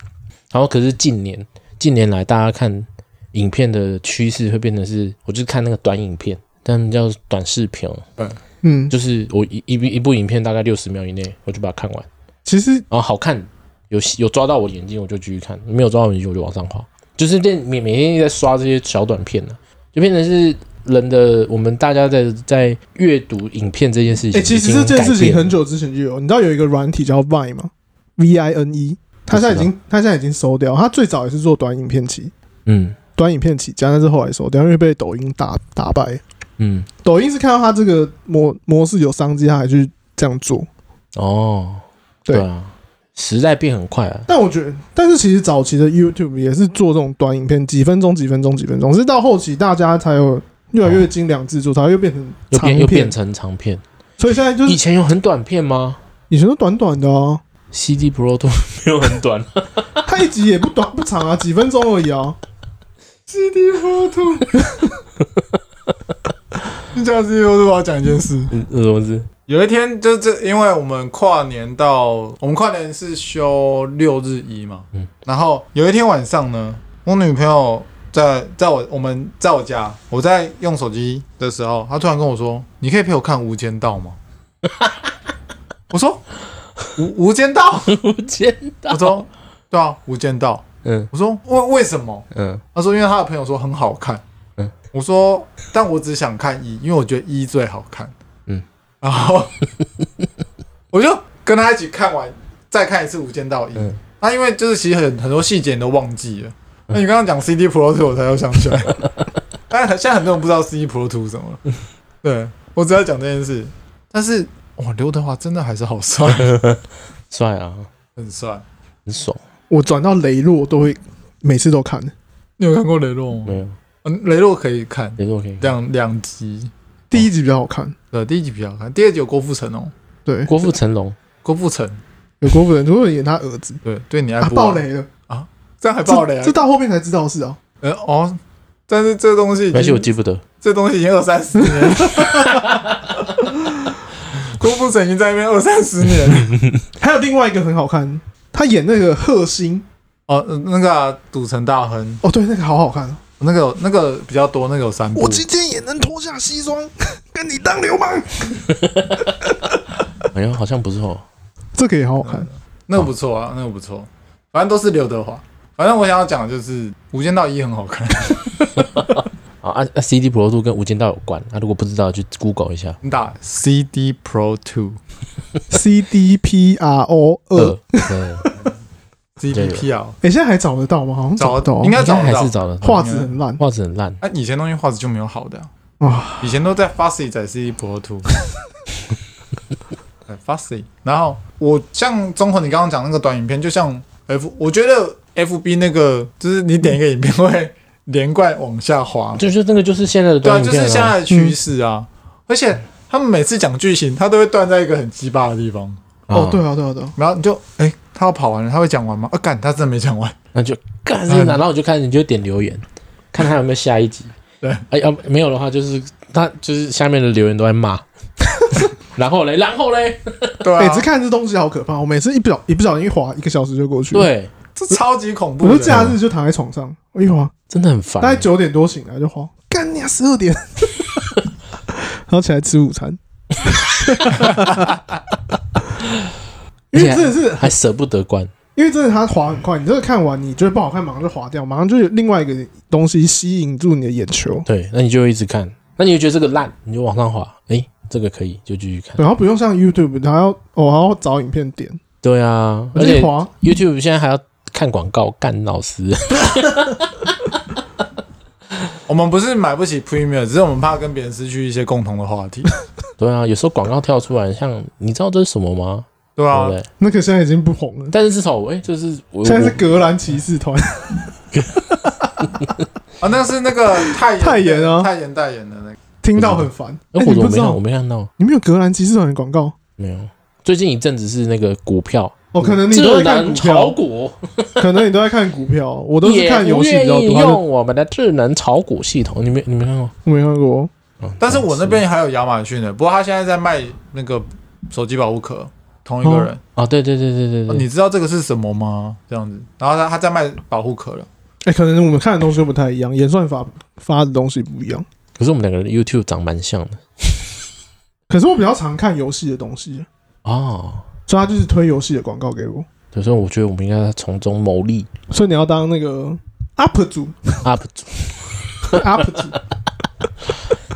Speaker 2: 然后可是近年近年来，大家看影片的趋势会变成是，我就看那个短影片，他们叫短视频哦，
Speaker 1: 嗯，
Speaker 2: 就是我一一部一部影片大概六十秒以内，我就把它看完，
Speaker 1: 其实
Speaker 2: 然后好看有有抓到我的眼睛，我就继续看；没有抓到我眼睛，我就往上滑。就是练每每天一直在刷这些小短片呢、就变成是人的我们大家在在阅读影片这件事情已
Speaker 1: 哎、
Speaker 2: 经改变了。
Speaker 1: 其实这件事情很久之前就有，你知道有一个软体叫 Vine 吗？V I N E，它现在已经它现在已经收掉，它最早也是做短影片起
Speaker 2: 嗯
Speaker 1: 短影片起家，但是后来收掉，因为被抖音打打败。
Speaker 2: 嗯
Speaker 1: 抖音是看到它这个模模式有商机，它还去这样做。
Speaker 2: 哦，
Speaker 1: 对
Speaker 2: 啊，时代变很快啊。
Speaker 1: 但我觉得，但是其实早期的 YouTube 也是做这种短影片，几分钟、几分钟、几分钟，是到后期大家才有越来越精良制作，才会又变成
Speaker 2: 又
Speaker 1: 长
Speaker 2: 变又变
Speaker 1: 片。
Speaker 2: 成长片，
Speaker 1: 所以现在就
Speaker 2: 以
Speaker 1: 是
Speaker 2: 前有很短片吗
Speaker 1: 以前都短短的啊，
Speaker 2: ？CD Pro 都 没有很 短，啊
Speaker 1: 它一集也不短不长啊，几分钟而已啊。
Speaker 3: CD 糊涂。 你讲 CD 糊涂，我要讲一件事。
Speaker 2: 嗯，什么字？
Speaker 3: 有一天，就这，因为我们跨年到我们跨年是休六日一嘛，
Speaker 2: 嗯
Speaker 3: 然后有一天晚上呢，我女朋友在在我我们在我家，我在用手机的时候，她突然跟我说：“你可以陪我看《无间道》吗？” 我说：“无无间道
Speaker 2: 无间》，
Speaker 3: 我说：“对啊，《无间道》。”
Speaker 2: 嗯
Speaker 3: 我说：“为为什么？”
Speaker 2: 嗯
Speaker 3: 他说因为他的朋友说很好看，
Speaker 2: 嗯
Speaker 3: 我说但我只想看一，因为我觉得一最好看，
Speaker 2: 嗯，
Speaker 3: 然后 我就跟他一起看完，再看一次《无间道一》
Speaker 2: 嗯
Speaker 3: 那、因为就是其实很很多细节你都忘记了，那你刚刚讲 CD Pro Two 我才又想起来， 但现在很多人不知道 CD Pro Two 什么
Speaker 2: 嗯
Speaker 3: 了，对我只要讲这件事，但是哇，刘德华真的还是 好帅，
Speaker 2: 帅啊，
Speaker 3: 很帅。
Speaker 2: 很爽。
Speaker 1: 我转到雷洛都会每次都看，
Speaker 3: 你有看过雷洛吗？
Speaker 2: 没有，
Speaker 3: 嗯，雷洛可以看
Speaker 2: 也是 OK。
Speaker 3: 两两集，
Speaker 1: 第一集比较好看。
Speaker 3: 对，呃第一集比较好看，第二集有郭富城哦，
Speaker 1: 对，
Speaker 2: 郭富 城龙，
Speaker 3: 郭富城，
Speaker 1: 有郭富城，如果演他儿子，
Speaker 3: 对，对你爱
Speaker 1: 啊，
Speaker 3: 不
Speaker 1: 爆，
Speaker 3: 完
Speaker 1: 雷了，
Speaker 3: 这样还爆雷啊
Speaker 1: 这这？到后面才知道的事啊。
Speaker 3: 呃哦，但是这东西已
Speaker 2: 而且我记
Speaker 3: 经，
Speaker 2: 不得。
Speaker 3: 这东西已经二三十年 了，郭富城已经在那边二三十年了。
Speaker 1: 还有另外一个很好看，他演那个贺星，
Speaker 3: 哦，呃那个啊赌、城大亨，
Speaker 1: 哦，对，那个好好看哦。
Speaker 3: 那个那个比较多，那个有三部。
Speaker 1: 天也能脱下西装，跟你当流氓，
Speaker 2: 哎呀，好像不是哦。
Speaker 1: 这个也好好看。
Speaker 3: 那个不错啊，那个不错，反正都是刘德华。反正我想要讲的就是《无间道一》很好看，
Speaker 2: 啊啊啊！CD Pro 2跟《无间道》有关。啊那、如果不知道，去 Google 一下。
Speaker 3: 你打 CD Pro Two
Speaker 1: C D P R O
Speaker 3: 呃
Speaker 1: 二，
Speaker 2: 呃对，
Speaker 3: CDP 啊，
Speaker 1: 哎，现在还找得到吗？好像
Speaker 3: 找
Speaker 1: 得到啊，
Speaker 3: 应该
Speaker 2: 应该
Speaker 3: 找得
Speaker 2: 还
Speaker 3: 到
Speaker 2: 是。找得到。
Speaker 1: 画质很烂
Speaker 2: 画质很烂，
Speaker 3: 啊，以前东西画质就没有好的啊、
Speaker 1: 啊。
Speaker 3: 以前都在 Fussy 在 CD Pro Two，对 Fussy。然后我像综合你刚刚讲那个短影片，就像 F，我觉得 FB 那个就是你点一个影片会连贯往下滑，
Speaker 2: 就是那个就是现在的
Speaker 3: 对啊，
Speaker 2: 短
Speaker 3: 就
Speaker 2: 影
Speaker 3: 是
Speaker 2: 片、嗯
Speaker 3: 现在的趋势啊。而且他们每次讲剧情，他都会断在一个很鸡巴的地方，
Speaker 1: 哦，对，啊，对啊，对啊，
Speaker 3: 然后你就哎、他要跑完了，他会讲完吗？啊，干，他真的没讲完。
Speaker 2: 那就
Speaker 3: 嗯
Speaker 2: 干这个，然后我就看，你就点留言，看他有没有下一集。
Speaker 3: 对，
Speaker 2: 哎、啊，没有的话就是他就是下面的留言都在 骂，然后嘞，然后嘞，
Speaker 3: 对
Speaker 1: 每
Speaker 3: 啊
Speaker 1: 次，看这东西好可怕，我每次一不小一不小心一滑，一个小时就过去。，
Speaker 2: 对，
Speaker 3: 这超级恐怖
Speaker 1: 我
Speaker 3: 的。
Speaker 1: 就假
Speaker 2: 啊
Speaker 1: 日就躺在床上，我一滑，
Speaker 2: 真的很烦
Speaker 1: 大。概九点多醒来就滑，干你啊，十二点， 然后起来吃午 餐，因为真的是，
Speaker 2: 还舍不得关，
Speaker 1: 因为真的它滑很快，你这个看完你觉得不好看，马上就滑掉，马上就有另外一个东西吸引住你的眼球，
Speaker 2: 对，那你就会一直看，那你就觉得这个烂，你就往上滑，诶，这个可以，就继续看。
Speaker 1: 然后不用像 YouTube，还要哦还要找影片点，
Speaker 2: 对啊，而
Speaker 1: 而且
Speaker 2: 且
Speaker 1: 滑
Speaker 2: YouTube 现在还要看广告，干老师，
Speaker 3: 我们不是买不起 Premium，只是我们怕跟别人失去一些共同的话题，
Speaker 2: 对啊，有时候广告跳出来，像你知道这是什么吗？
Speaker 3: 对
Speaker 2: 对
Speaker 3: 啊
Speaker 2: 不，对？
Speaker 1: 那个现在已经不红了，
Speaker 2: 但是至少我，诶，这是我
Speaker 1: 现在是
Speaker 2: 我
Speaker 1: 格兰骑士团，
Speaker 3: 啊，那是那个泰妍
Speaker 1: 泰妍啊
Speaker 3: 泰妍代言的那个，
Speaker 1: 听到很烦，哎、你
Speaker 2: 哎我
Speaker 1: 不
Speaker 2: 我
Speaker 1: 知
Speaker 2: 没看，
Speaker 1: 道
Speaker 2: 我，没看到，
Speaker 1: 你没有格兰骑士团的广告。
Speaker 2: 没有。最近一阵子是那个股票，
Speaker 1: 哦，可能你都
Speaker 2: 浙
Speaker 1: 在看股
Speaker 2: 南炒
Speaker 1: 票，
Speaker 2: 股，
Speaker 1: 可能你都在看股票，我都是看
Speaker 2: 也
Speaker 1: 游
Speaker 2: 不
Speaker 1: 戏比
Speaker 2: 愿
Speaker 1: 较
Speaker 2: 意
Speaker 1: 多，他就
Speaker 2: 用我们的智能炒股系统，你没你没看过？
Speaker 1: 我没看过。
Speaker 2: 嗯
Speaker 3: 但是我那边还有亚马逊的，不过他现在在卖那个手机保护壳，同一
Speaker 1: 哦
Speaker 3: 个人。
Speaker 2: 哦，对对对对对
Speaker 3: 哦
Speaker 2: 对，
Speaker 3: 你知道这个是什么吗？这样子，然后他他在卖保护壳了。
Speaker 1: 哎、可能我们看的东西不太一样，演算法发的东西不一样。
Speaker 2: 可是我们两个人 YouTube 长蛮像的
Speaker 1: 可是我比较常看游戏的东西，
Speaker 2: 哦，
Speaker 1: 所以他就是推游戏的广告给我。
Speaker 2: 所以说我觉得我们应该从中牟利
Speaker 1: 所以你要当那个 UP 主
Speaker 2: UP 主。
Speaker 1: ，UP 主，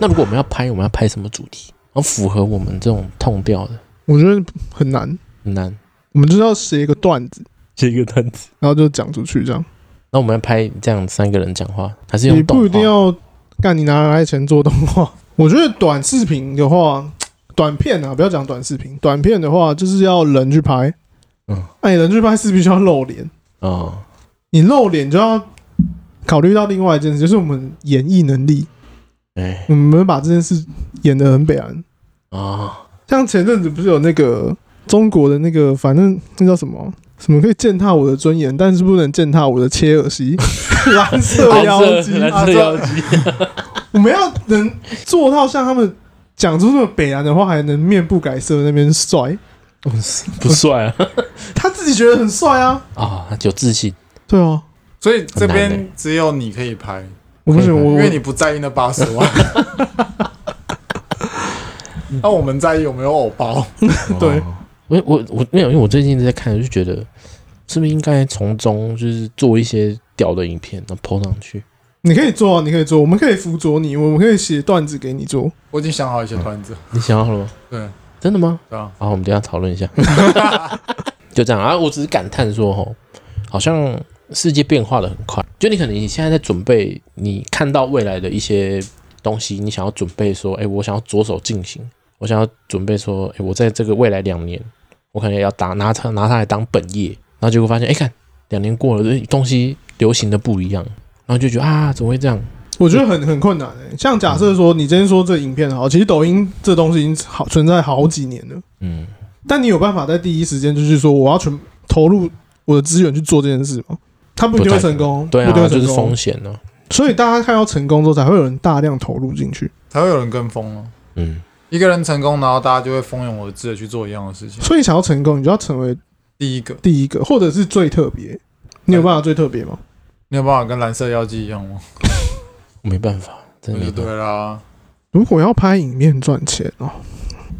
Speaker 2: 那如果我们要拍，我们要拍什么主题？然后符合我们这种痛调的，
Speaker 1: 我觉得很难。
Speaker 2: 很难
Speaker 1: 我们就是要写一个段子，
Speaker 2: 写一个单词。
Speaker 1: 然后就讲出去，这样
Speaker 2: 那我们要拍这样三个人讲话，还是
Speaker 1: 也
Speaker 2: 用动
Speaker 1: 不
Speaker 2: 画？
Speaker 1: 一定要干。你拿来钱做动画，我觉得短视频的话，短片啊，不要讲短视频，短片的话就是要人去拍。
Speaker 2: 嗯，
Speaker 1: 那、你人去拍是必须要露脸，
Speaker 2: 哦，
Speaker 1: 你露脸就要考虑到另外一件事，就是我们演绎能力。
Speaker 2: 哎
Speaker 1: 我们把这件事演得很北岸。
Speaker 2: 哦，
Speaker 1: 像前阵子不是有那个中国的那个，反正那叫什么啊什么可以践踏我的尊严，但是不能践踏我的切耳 西蓝色
Speaker 2: 蓝
Speaker 1: 妖
Speaker 2: 色
Speaker 1: 姬。
Speaker 2: 蓝色妖姬，
Speaker 1: 我们要能做到像他们讲出那么北岸的话，还能面不改色那边帅，
Speaker 2: 不帅啊！
Speaker 1: 他自己觉得很帅啊。
Speaker 2: 啊，有自信，
Speaker 1: 对啊，
Speaker 3: 所以这
Speaker 2: 很难欸
Speaker 3: 边只有你可以拍，
Speaker 1: 我不行，
Speaker 2: 可以吧
Speaker 1: 我
Speaker 3: 因
Speaker 1: 我
Speaker 3: 为你不在意那八十 万。那我们在意有没有偶包？
Speaker 1: 对
Speaker 2: 哦我我我没有，因为我最近一直在看，就觉得是不是应该从中就是做一些屌的影片，然后 PO 上去。
Speaker 1: 你可以做啊，你可以做，我们可以辅佐你，我们可以写段子给你做。
Speaker 3: 我已经想好一些段子，
Speaker 2: 你想好了吗？
Speaker 3: 对，
Speaker 2: 真的吗？
Speaker 3: 对啊，
Speaker 2: 好，我们等一下讨论一下。 就这样啊，我只是感叹说，吼，好像世界变化的很快。就你可能你现在在准备，你看到未来的一些东西，你想要准备说，哎、我想要着手进行，我想要准备说，哎、我在这个未来两年，我可能要打拿它拿它来当本业，然后结果发现，哎、看两年过了，这东西流行的不一样，然后就觉得啊，怎么会这样？
Speaker 1: 我觉得很很困难诶、像假设说你今天说这影片好，其实抖音这东西已经好存在好几年了，
Speaker 2: 嗯，
Speaker 1: 但你有办法在第一时间就是说我要全投入我的资源去做这件事吗？它不一定会成功，
Speaker 2: 对
Speaker 1: 不
Speaker 2: 啊，
Speaker 1: 一定会
Speaker 2: 就是
Speaker 1: 成
Speaker 2: 风
Speaker 1: 功。
Speaker 2: 险呢、啊
Speaker 1: 所以大家看到成功之后，才会有人大量投入进去。
Speaker 3: 才会有人跟风了。
Speaker 2: 嗯，
Speaker 3: 一个人成功，然后大家就会蜂拥而至的去做一样的事情。
Speaker 1: 所以想要成功，你就要成为
Speaker 3: 第一个，
Speaker 1: 第一个，或者是最特别。你有办法最特别吗？
Speaker 3: 你有办法跟蓝色妖姬一样吗？
Speaker 2: 我没办法，真
Speaker 3: 那
Speaker 2: 的没
Speaker 3: 就
Speaker 2: 办法
Speaker 3: 对啦。
Speaker 1: 如果要拍影片赚钱哦，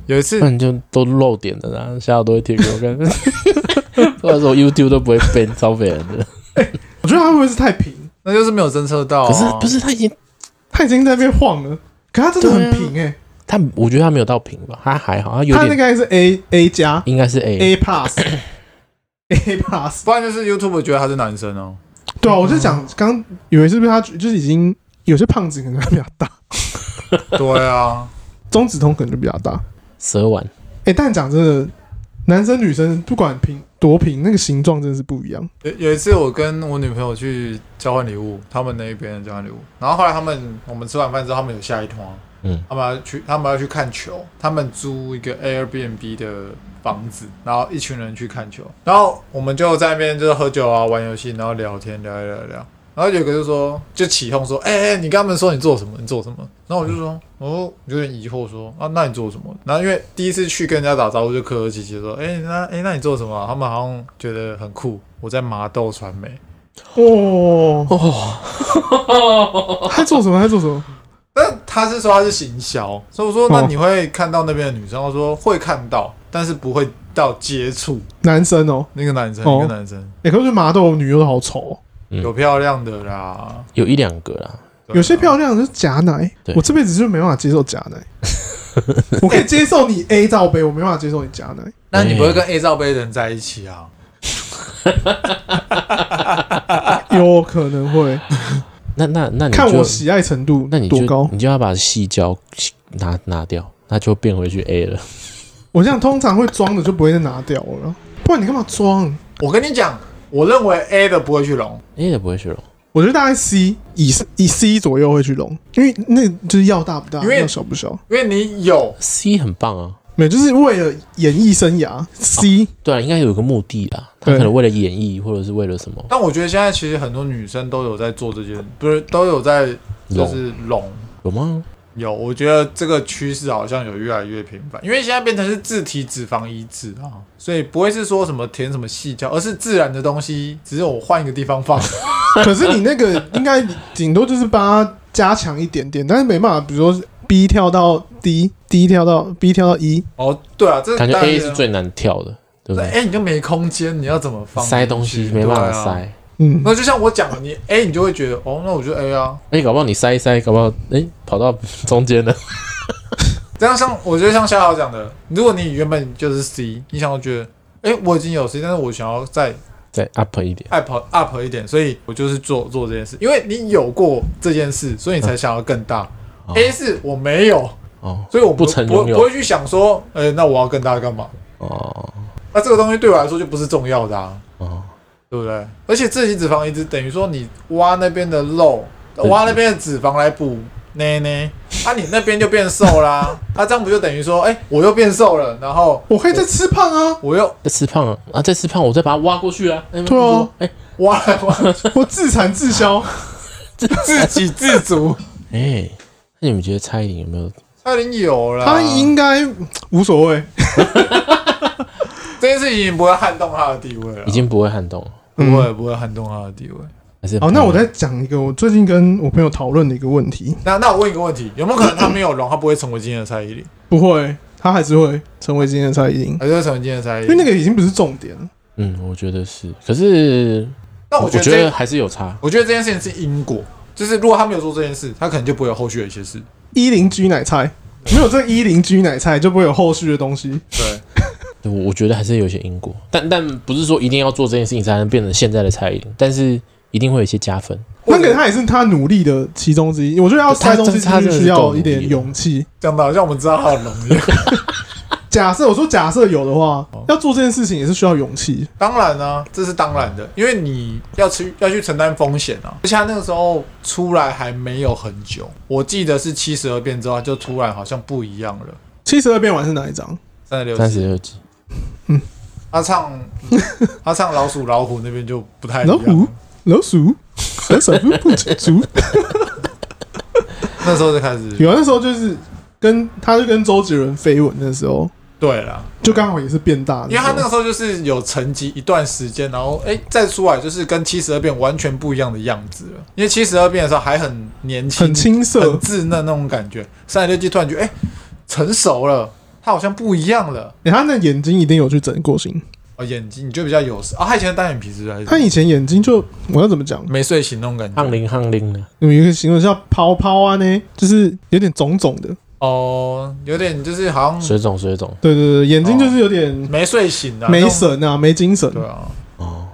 Speaker 3: 有 一次
Speaker 2: 不，然就都露点的啦，下午都会贴给我看。 不然说 YouTube 都不会被招别人的。
Speaker 1: 我觉得他会不会是太平？
Speaker 3: 那就是没有侦测到、啊。
Speaker 1: 哦
Speaker 2: 可是不是他已经
Speaker 1: 他已经在那边晃了，可他真的很
Speaker 2: 对啊
Speaker 1: 平诶、
Speaker 2: 他，我觉得他没有到平吧，他还好，他有
Speaker 1: 他那
Speaker 2: 点
Speaker 1: 个还是 A A 加。
Speaker 2: 应该是哎 A。
Speaker 1: A pass A pass。
Speaker 3: 不然就是 YouTube 觉得他是男生哦、
Speaker 1: 对啊，我就讲刚以为是不是他就是已经有些胖子可能还比较大，
Speaker 3: 对啊，
Speaker 1: 中指通可能就比较大。
Speaker 2: 蛇丸
Speaker 1: 哎、但讲真的，男生女生不管平多平，那个形状真的是不一样。
Speaker 3: 有有一次我跟我女朋友去交换礼物，他们那边的交换礼物，然后后来他们我们吃完饭之后，他们有下一通啊，
Speaker 2: 嗯
Speaker 3: 他们要去他们要去看球，他们租一个 Airbnb 的房子，然后一群人去看球，然后我们就在那边就是喝酒啊、玩游戏，然后聊天聊一聊一聊，然后有一个就说，就起哄说，哎、哎、你跟他们说你做什么，你做什么？然后我就
Speaker 1: 嗯
Speaker 3: 说，哦，有点疑惑说，啊，那你做什么？然后因为第一次去跟人家打招呼就客客气气地说，哎、那哎、那你做什么啊、他们好像觉得很酷，我在麻豆传媒，
Speaker 1: 哦哦， 他做什么？他做什么？
Speaker 3: 但他是说他是行销，所以我说
Speaker 1: 哦
Speaker 3: 那你会看到那边的女生，我说会看到，但是不会到接触
Speaker 1: 男生哦，
Speaker 3: 那个男生，
Speaker 1: 哦
Speaker 3: 那个男生
Speaker 1: 哎、可是麻豆女优都好丑、哦，
Speaker 2: 嗯
Speaker 3: 有漂亮的啦，
Speaker 2: 有一两个啦，
Speaker 3: 对啊
Speaker 1: 有些漂亮的是假奶
Speaker 2: 对，
Speaker 1: 我这辈子就没办法接受假奶。我可以接受你 A 罩杯，我没办法接受你假奶。
Speaker 3: 那你不会跟 A 罩杯的人在一起啊？
Speaker 1: 有可能会
Speaker 2: 那那那你
Speaker 1: 看
Speaker 2: 就
Speaker 1: 我喜爱程度
Speaker 2: 那你
Speaker 1: 多
Speaker 2: 就
Speaker 1: 高。
Speaker 2: 你就要把细胶拿拿掉，那就变回去 A 了。
Speaker 1: 我这样通常会装的就不会再拿掉了，不然你干嘛装？
Speaker 3: 我跟你讲，我认为 A 的不会去龙，
Speaker 2: A 的不会去了，
Speaker 1: 我觉得大概 C 以以 C 左右会去隆，因为那就是要大不大，
Speaker 3: 因为
Speaker 1: 要小不小，
Speaker 3: 因为你有
Speaker 2: C 很棒啊。
Speaker 1: 没有就是为了演艺生涯 C
Speaker 2: 对啊，应该有一个目的啦。他
Speaker 1: 对
Speaker 2: 可能为了演绎，或者是为了什么
Speaker 3: 但我觉得现在其实很多女生都有在做这件，不是都有在就
Speaker 2: 龙
Speaker 3: 是拢
Speaker 2: 有吗？
Speaker 3: 有，我觉得这个趋势好像有越来越频繁，因为现在变成是自体脂肪移植啊，所以不会是说什么填什么细胶，而是自然的东西，只是我换一个地方 放。
Speaker 2: 哦
Speaker 1: 可是你那个应该顶多就是把它加强一点点，但是没办法，比如说 B 跳到 D，D 跳到 B 跳到 E，
Speaker 3: 哦，对啊，这
Speaker 2: 感觉
Speaker 3: 当然
Speaker 2: A 是最难跳的，对不
Speaker 3: 那
Speaker 2: 对？
Speaker 3: A 你就没空间，你要怎么放进去？
Speaker 2: 塞东西没办法
Speaker 3: 对啊
Speaker 2: 塞，
Speaker 1: 嗯，
Speaker 3: 那就像我讲的，你 A 你就会觉得，哦，那我就 A 啊。
Speaker 2: 而且哎搞不好你塞一塞，搞不好哎跑到中间了。
Speaker 3: 这样像我觉得像夏豪讲的，如果你原本就是 C，你想要觉得，哎、我已经有 C，但是我想要再
Speaker 2: 再 up 一点，
Speaker 3: up up 一点，所以我就是做做这件事，因为你有过这件事，所以你才想要更大。
Speaker 2: 哦
Speaker 3: A 是我没有，
Speaker 2: 哦
Speaker 3: 所以我
Speaker 2: 不曾
Speaker 3: 不
Speaker 2: 拥有
Speaker 3: 不会去想说，哎、那我要更大干嘛？
Speaker 2: 哦
Speaker 3: 那这个东西对我来说就不是重要的啊，
Speaker 2: 哦，
Speaker 3: 对不对？而且自体脂肪移植等于说你挖那边的肉，
Speaker 2: 对
Speaker 3: 挖那边的脂肪来补呢呢，啊，你那边就变瘦啦，啊，这样不就等于说，哎、我又变瘦了，然后
Speaker 1: 我可以再吃胖啊，
Speaker 3: 我又
Speaker 2: 再吃胖啊啊，再吃胖，我再把它挖过去啊。对
Speaker 1: 对啊，
Speaker 2: 哎
Speaker 3: 挖来挖去，
Speaker 1: 我自产自 销。
Speaker 3: 啊自给自 足。
Speaker 2: 哎，那你们觉得蔡依林有没有？
Speaker 3: 差点有啦，
Speaker 1: 他应该无所谓，
Speaker 3: 这件事情已经不会撼动他的地位了，
Speaker 2: 已经不会撼动了，
Speaker 3: 不会不会撼动他的地位。
Speaker 2: 还是
Speaker 1: 好，哦那我再讲一个我最近跟我朋友讨论的一个问题，
Speaker 3: 那那我问一个问题，有没有可能他没有龙，他不会成为今天的蔡依林，
Speaker 1: 不会，他还是会成为今天的蔡依林，
Speaker 3: 还是会成为今天的蔡依
Speaker 1: 因为
Speaker 3: 林？
Speaker 1: 那个已经不是重点了。
Speaker 2: 嗯，我觉得是，可是
Speaker 3: 但
Speaker 2: 我
Speaker 3: 我觉得
Speaker 2: 觉
Speaker 3: 这
Speaker 2: 得，还是有差。
Speaker 3: 我觉得这件事情是因果，就是如果他没有做这件事，他可能就不会有后续的一些事。
Speaker 1: 一零 G 奶菜，没有这一零 G 奶菜就不会有后续的东西。
Speaker 3: 对，
Speaker 2: 我我觉得还是有一些因果，但但不是说一定要做这件事情才能变成现在的蔡依林，但是一定会有一些加分。
Speaker 1: 那个他也是他努力的其中之一。我觉得要塞东西进
Speaker 2: 他他真
Speaker 1: 去
Speaker 2: 的是
Speaker 1: 需
Speaker 2: 够努
Speaker 1: 要
Speaker 2: 力
Speaker 1: 一点勇气。
Speaker 3: 讲的好像我们知道他有龙一样。
Speaker 1: 假设我说假设有的话
Speaker 3: 哦，
Speaker 1: 要做这件事情也是需要勇气。
Speaker 3: 当然啊，这是当然的，因为你要去要去承担风险啊。而且他那个时候出来还没有很久，我记得是七十二变之后，他就突然好像不一样了。
Speaker 1: 七十二变完是哪一张？
Speaker 3: 三十六，
Speaker 2: 三十二集，
Speaker 3: 他唱 他唱老鼠老虎那边就不太一
Speaker 1: 老虎
Speaker 3: 样，
Speaker 1: 老鼠，小手不不足。
Speaker 3: 那时候就开始
Speaker 1: 有啊那时候就是跟他就跟周杰伦绯闻的时候，
Speaker 3: 对了，
Speaker 1: 就刚好也是变大的时
Speaker 3: 因为
Speaker 1: 候，
Speaker 3: 他那个时候就是有沉寂一段时间，然后哎、再出来就是跟七十二变完全不一样的样子了。因为七十二变的时候还很年轻，
Speaker 1: 很青涩
Speaker 3: 很，稚嫩那种感觉，三十六计突然觉得哎、成熟了，他好像不一样了。
Speaker 1: 欸他那眼睛一定有去整过型。
Speaker 3: 哦，眼睛你就比较有神啊、他以前是单眼皮是不是？还是
Speaker 1: 他以前眼睛就我要怎么讲？
Speaker 3: 没睡醒那种感
Speaker 2: 夯
Speaker 3: 觉。
Speaker 2: 铃夯铃的，
Speaker 1: 有一个形容叫“泡泡啊”呢，就是有点肿肿的。
Speaker 3: 哦，有点就是好像
Speaker 2: 水肿水肿
Speaker 1: 对对对，眼睛就是有点
Speaker 3: 没睡醒啊，
Speaker 1: 没
Speaker 3: 那种。
Speaker 1: 神啊，没精神。
Speaker 3: 对啊，
Speaker 2: 哦。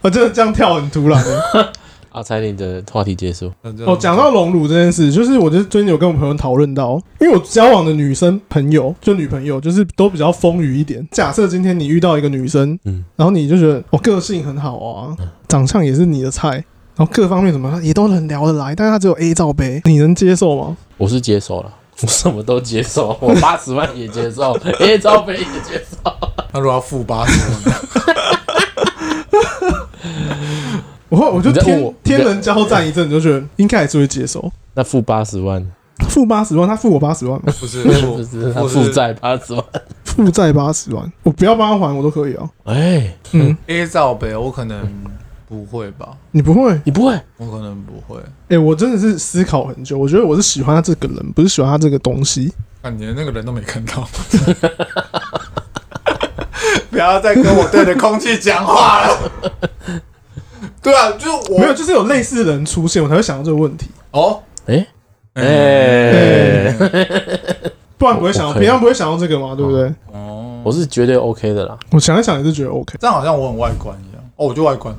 Speaker 1: 我真的这样跳很突然欸。
Speaker 2: 啊，蔡依林的话题结束，
Speaker 1: 哦，讲到隆乳这件事，就是我就是最近有跟我朋友讨论到，因为我交往的女生朋友，就女朋友，就是都比较丰腴一点。假设今天你遇到一个女生，
Speaker 2: 嗯
Speaker 1: 然后你就觉得我、哦、个性很好啊，长相也是你的菜，然后各方面什么也都很聊得来，但是她只有 A 罩杯，你能接受吗？
Speaker 2: 我是接受了， 我什么都接受，我八十万也接受 ，A 罩杯也接受。
Speaker 3: 那如果要负八十，
Speaker 1: 我我后来我就
Speaker 2: 你在问
Speaker 1: 天
Speaker 2: 我
Speaker 1: 天人交战一阵，就觉得应该还是会接受。
Speaker 2: 那付八十万，
Speaker 1: 付八十万，他付我八十万嘛，
Speaker 3: 不是
Speaker 2: 不
Speaker 3: 我
Speaker 2: 是他
Speaker 3: 我
Speaker 2: 负
Speaker 3: 是
Speaker 2: 债八十万。
Speaker 1: 负债八十万，我不要帮他还，我都可以啊。
Speaker 2: 哎，
Speaker 1: 嗯，
Speaker 3: A 罩杯，我可能不会吧，
Speaker 1: 你不会？
Speaker 2: 你不会？
Speaker 3: 我可能不会。
Speaker 1: 哎、我真的是思考很久，我觉得我是喜欢他这个人，不是喜欢他这个东西。
Speaker 3: 感觉那个人都没看到。 不要再跟我对着空气讲话了。对啊，就是我
Speaker 1: 没有，就是有类似的人出现，我才会想到这个问题，
Speaker 3: 哦，
Speaker 2: 哎
Speaker 1: 哎
Speaker 2: 哎，
Speaker 1: 不然不会想到，
Speaker 2: 我我可以
Speaker 1: 平常不会想到这个嘛，对不对？
Speaker 3: 哦，
Speaker 2: 我是绝对 OK 的啦。
Speaker 1: 我想一想也是觉得 OK。
Speaker 3: 这样好像我很外观一样。哦，我就外观，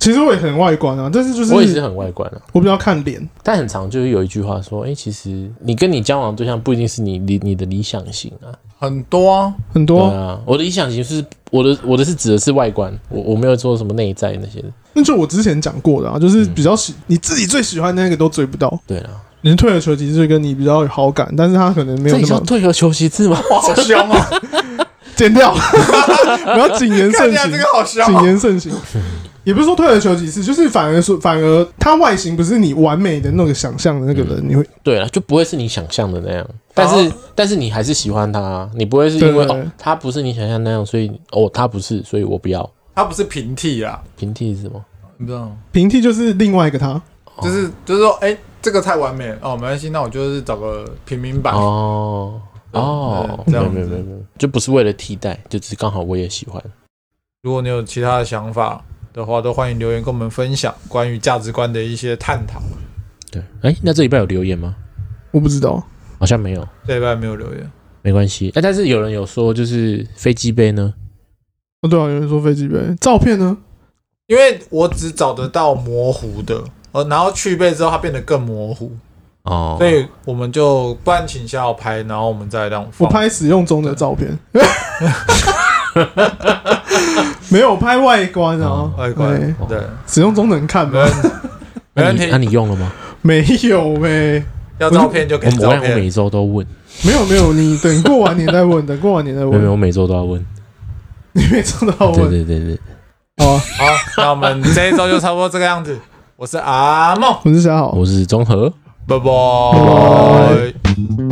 Speaker 1: 其实我也很外观啊，但是就是
Speaker 2: 我也是很外观啊，
Speaker 1: 我比较看脸，
Speaker 2: 但很常就是有一句话说，哎，其实你跟你交往对象不一定是你理你的理想型啊。
Speaker 3: 很多啊。
Speaker 1: 很
Speaker 2: 对
Speaker 1: 多，
Speaker 2: 啊，我的理想型是我的我的是指的是外观，我我没有做什么内在那些的。
Speaker 1: 那就我之前讲过的啊，就是
Speaker 2: 嗯
Speaker 1: 比较喜、你自己最喜欢那个都追不到，
Speaker 2: 对啊，
Speaker 1: 你退了球其实就跟你比较有好感，但是他可能没有
Speaker 2: 这
Speaker 1: 那
Speaker 2: 里叫
Speaker 1: 么
Speaker 2: 退而求其次吗？
Speaker 3: 哇，好凶哦！
Speaker 1: 剪 掉，我要谨言
Speaker 3: 看
Speaker 1: 慎
Speaker 3: 起来
Speaker 1: 行
Speaker 3: 这，个好凶
Speaker 1: 谨
Speaker 3: 哦。
Speaker 1: 言慎行。也不是说退了球几次，就是反而说，反而他外形不是你完美的那个想象的那个
Speaker 2: 嗯
Speaker 1: 人，你会
Speaker 2: 对了，就不会是你想象的那
Speaker 3: 哦
Speaker 2: 样，但是、但是你还是喜欢他、啊，你不会是因为
Speaker 1: 对
Speaker 2: 哦他不是你想象那样，所以哦他不是，所以我不要
Speaker 3: 他不是平替啊，
Speaker 2: 平替是什么？
Speaker 3: 你知道吗？
Speaker 1: 平替就是另外一个他。
Speaker 3: 就是就是说，哎，这个太完美了哦，没关系，那我就是找个平民版。
Speaker 2: 哦哦，
Speaker 3: 啊
Speaker 2: 没
Speaker 3: 对这
Speaker 2: 有
Speaker 3: 样
Speaker 2: 没有
Speaker 3: 子
Speaker 2: 没有没有，就不是为了替代，就只是刚好我也喜欢。
Speaker 3: 如果你有其他的想法的话，都欢迎留言跟我们分享关于价值观的一些探讨。
Speaker 2: 对，哎、那这礼拜有留言吗？
Speaker 1: 我不知道，
Speaker 2: 好像没有，
Speaker 3: 这一半没有留言，
Speaker 2: 没关系。哎、但是有人有说，就是飞机杯呢，
Speaker 1: 哦对啊，有人说飞机杯，照片呢？
Speaker 3: 因为我只找得到模糊的，呃，然后去背之后它变得更模糊，
Speaker 2: 哦，
Speaker 3: 所以我们就不然请下要拍，然后我们再让
Speaker 2: 哦
Speaker 3: 我
Speaker 1: 我
Speaker 3: 放。
Speaker 1: 拍使用中的照片，没有我拍外观啊
Speaker 2: 哦，
Speaker 3: 外观
Speaker 1: 哎
Speaker 3: 对，
Speaker 1: 使用中能看
Speaker 3: 没
Speaker 1: 吗？
Speaker 3: 问题，没
Speaker 2: 那你哦
Speaker 3: 问
Speaker 2: 那
Speaker 3: 题，
Speaker 2: 你用了吗？
Speaker 1: 没有呗，
Speaker 3: 要照片就
Speaker 2: 我
Speaker 3: 给
Speaker 2: 我
Speaker 3: 照
Speaker 2: 让我
Speaker 3: 片。
Speaker 2: 每周都问，
Speaker 1: 没有没有，你等过完年再问，等过完年再
Speaker 2: 没有没有，
Speaker 1: 问，
Speaker 2: 我每周都要问。
Speaker 1: 你没抽到
Speaker 2: 对
Speaker 1: 问，
Speaker 2: 对对对，
Speaker 1: 好啊，
Speaker 3: 好，那我们这一周就差不多这个样子。我是阿梦，
Speaker 1: 我是小好。
Speaker 2: 我是综合。
Speaker 3: 拜
Speaker 1: 拜
Speaker 3: 拜。